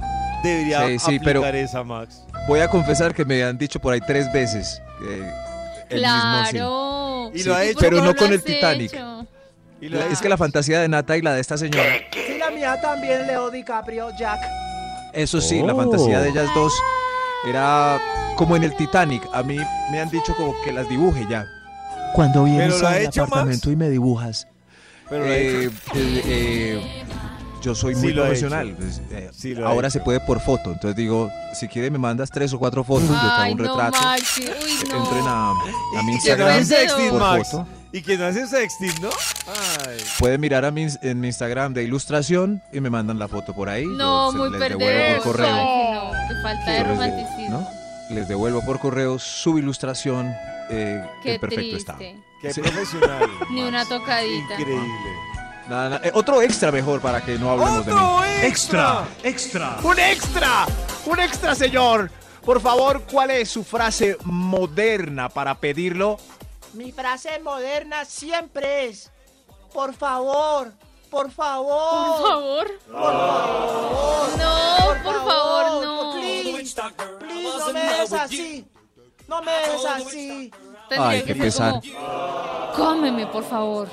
Speaker 2: debería
Speaker 5: Sí, sí,
Speaker 2: aplicar
Speaker 5: pero-
Speaker 2: esa, Max.
Speaker 5: Voy a confesar que me han dicho por ahí tres veces. eh, el mismo
Speaker 4: Claro.
Speaker 5: sí.
Speaker 2: ¿Y lo ha
Speaker 5: Sí,
Speaker 2: hecho?
Speaker 5: Pero
Speaker 4: ¿Cómo
Speaker 5: no
Speaker 4: lo
Speaker 5: con el
Speaker 4: has
Speaker 5: Titanic.
Speaker 4: hecho?
Speaker 2: ¿Y
Speaker 5: La- es que la fantasía de Nata y la de esta señora,
Speaker 6: Sí, la mía también, Leo DiCaprio, Jack.
Speaker 5: eso sí, la
Speaker 17: Oh.
Speaker 5: fantasía de ellas dos era como en el Titanic. A mí me han dicho como que las dibuje ya.
Speaker 22: Cuando vienes
Speaker 5: ¿Pero lo ha
Speaker 22: al
Speaker 5: hecho, Max?
Speaker 22: apartamento y me dibujas.
Speaker 2: Pero lo ha
Speaker 5: Eh,
Speaker 2: hecho.
Speaker 5: eh, eh, yo soy
Speaker 2: Sí
Speaker 5: muy
Speaker 2: lo ha
Speaker 5: profesional.
Speaker 2: hecho.
Speaker 5: pues, eh,
Speaker 2: Sí lo ha
Speaker 5: ahora
Speaker 2: hecho.
Speaker 5: se puede por foto. Entonces digo, si quiere me mandas tres o cuatro fotos, yo te hago
Speaker 4: Ay,
Speaker 5: un
Speaker 4: no,
Speaker 5: retrato. Eh,
Speaker 4: Maxi. Uy, no.
Speaker 5: Entren a, a mi
Speaker 2: Y que no
Speaker 5: Instagram
Speaker 2: hace sexting,
Speaker 5: por
Speaker 2: Max.
Speaker 5: foto.
Speaker 2: Y que no hace sexting, ¿no? Ay.
Speaker 5: Pueden mirar a mi, en mi Instagram de ilustración y me mandan la foto por ahí.
Speaker 4: No,
Speaker 5: Yo se-
Speaker 4: muy
Speaker 5: les devuelvo
Speaker 4: perdedor.
Speaker 5: por correo.
Speaker 4: Ay, no, qué falta de
Speaker 5: Yo les de-
Speaker 4: romanticismo.
Speaker 5: ¿no? Les devuelvo por correo su ilustración eh,
Speaker 4: Qué
Speaker 5: en perfecto
Speaker 4: triste.
Speaker 5: estado.
Speaker 2: Qué
Speaker 5: Sí.
Speaker 2: profesional.
Speaker 4: Ni una tocadita.
Speaker 2: Increíble.
Speaker 5: Nada, nada. Eh, otro extra mejor para que no hablemos de mí.
Speaker 7: Extra, extra.
Speaker 23: ¡Un extra! ¡Un extra, señor! Por favor, ¿cuál es su frase moderna para pedirlo?
Speaker 6: Mi frase moderna siempre es, por favor, por favor.
Speaker 4: Por favor. No, por favor, no.
Speaker 6: Please, please, no me des así. No me des así.
Speaker 4: Tendría
Speaker 5: Ay,
Speaker 4: que
Speaker 5: qué
Speaker 4: ser
Speaker 5: pesar.
Speaker 4: como, Cómeme, por favor.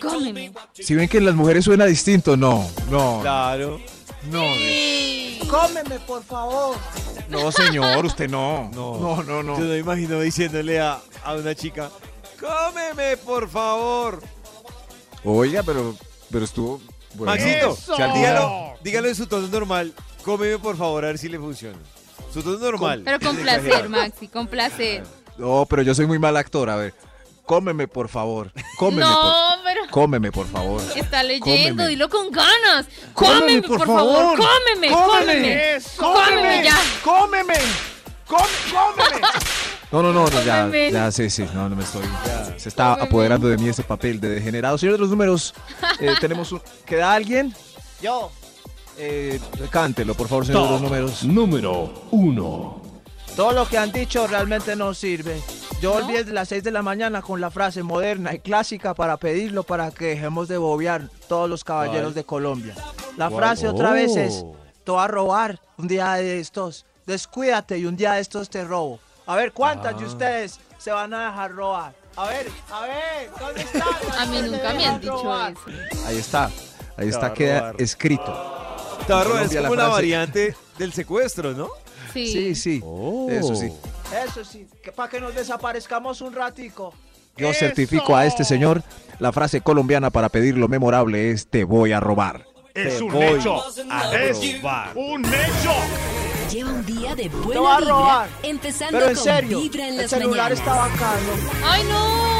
Speaker 4: Cómeme.
Speaker 5: Si ven que en las mujeres suena distinto, no, no.
Speaker 2: Claro. No,
Speaker 6: Cómeme, por favor.
Speaker 5: No, señor, usted no.
Speaker 2: no.
Speaker 5: No, no, no.
Speaker 2: Yo no imagino diciéndole a, a una chica, cómeme, Eh, por favor.
Speaker 5: Oiga, pero, pero estuvo. bueno.
Speaker 2: Maxito,
Speaker 5: Pues, Si algún día-
Speaker 2: dígalo, dígalo en su tono normal. Cómeme, por favor, a ver si le funciona. Su tono normal.
Speaker 4: Pero con
Speaker 2: Sin
Speaker 4: placer,
Speaker 2: exagerar.
Speaker 4: Maxi, con placer.
Speaker 5: No, pero yo soy muy mal actor, a ver. Cómeme, por favor. Cómeme,
Speaker 4: No, pero
Speaker 5: por, cómeme, por favor.
Speaker 4: está leyendo,
Speaker 5: Cómeme.
Speaker 4: dilo con ganas.
Speaker 5: Cómeme,
Speaker 4: Cómeme,
Speaker 5: por
Speaker 4: por, favor.
Speaker 5: favor.
Speaker 4: Cómeme, cómeme. Cómeme ya.
Speaker 23: ¡Cómeme! ¡Cómeme! ¡Cómeme!
Speaker 5: No, no, no, no, ya,
Speaker 4: Cómeme.
Speaker 5: ya, sí, sí, no, no me estoy. ya, se está
Speaker 4: Cómeme.
Speaker 5: apoderando de mí ese papel de degenerado. Señor de los números, eh, tenemos un. ¿Queda alguien?
Speaker 23: Yo.
Speaker 5: Eh, cántelo, por favor, señor de los números. Número uno.
Speaker 6: Todo lo que han dicho realmente no sirve. Yo volví desde las 6 de la mañana con la frase moderna y clásica para pedirlo para que dejemos de bobear todos los caballeros
Speaker 24: Ay.
Speaker 6: de Colombia. La
Speaker 24: Guau.
Speaker 6: frase otra vez es,
Speaker 24: Oh.
Speaker 6: te voy a robar un día de estos, descuídate y un día de estos te robo. A ver, ¿cuántas de
Speaker 24: Ah.
Speaker 6: ustedes se van a dejar robar? A ver, a ver, ¿dónde están? las
Speaker 4: A mí
Speaker 6: que se
Speaker 4: nunca me
Speaker 6: dejan
Speaker 4: han dicho
Speaker 6: robar?
Speaker 4: eso.
Speaker 5: Ahí está, ahí
Speaker 2: Te va a
Speaker 5: está, queda
Speaker 2: robar.
Speaker 5: escrito.
Speaker 2: Tarro
Speaker 5: En
Speaker 2: es
Speaker 5: Colombia la
Speaker 2: como una
Speaker 5: frase-
Speaker 2: variante del secuestro, ¿no?
Speaker 5: Sí, sí. Eso sí.
Speaker 6: Eso sí, que para que nos desaparezcamos un ratico.
Speaker 5: Yo certifico a este señor la frase colombiana para pedir lo memorable es te voy a robar.
Speaker 7: Es
Speaker 5: Te
Speaker 7: un
Speaker 5: voy
Speaker 7: hecho.
Speaker 5: a
Speaker 7: Es
Speaker 5: robar.
Speaker 7: un hecho.
Speaker 1: Lleva un día de
Speaker 6: Te voy
Speaker 1: buena
Speaker 6: a robar.
Speaker 1: vibra, empezando
Speaker 6: Pero en
Speaker 1: con
Speaker 6: serio,
Speaker 1: vibra en
Speaker 6: el
Speaker 1: las
Speaker 6: celular
Speaker 1: mañanas.
Speaker 6: está bacano.
Speaker 4: Ay, no.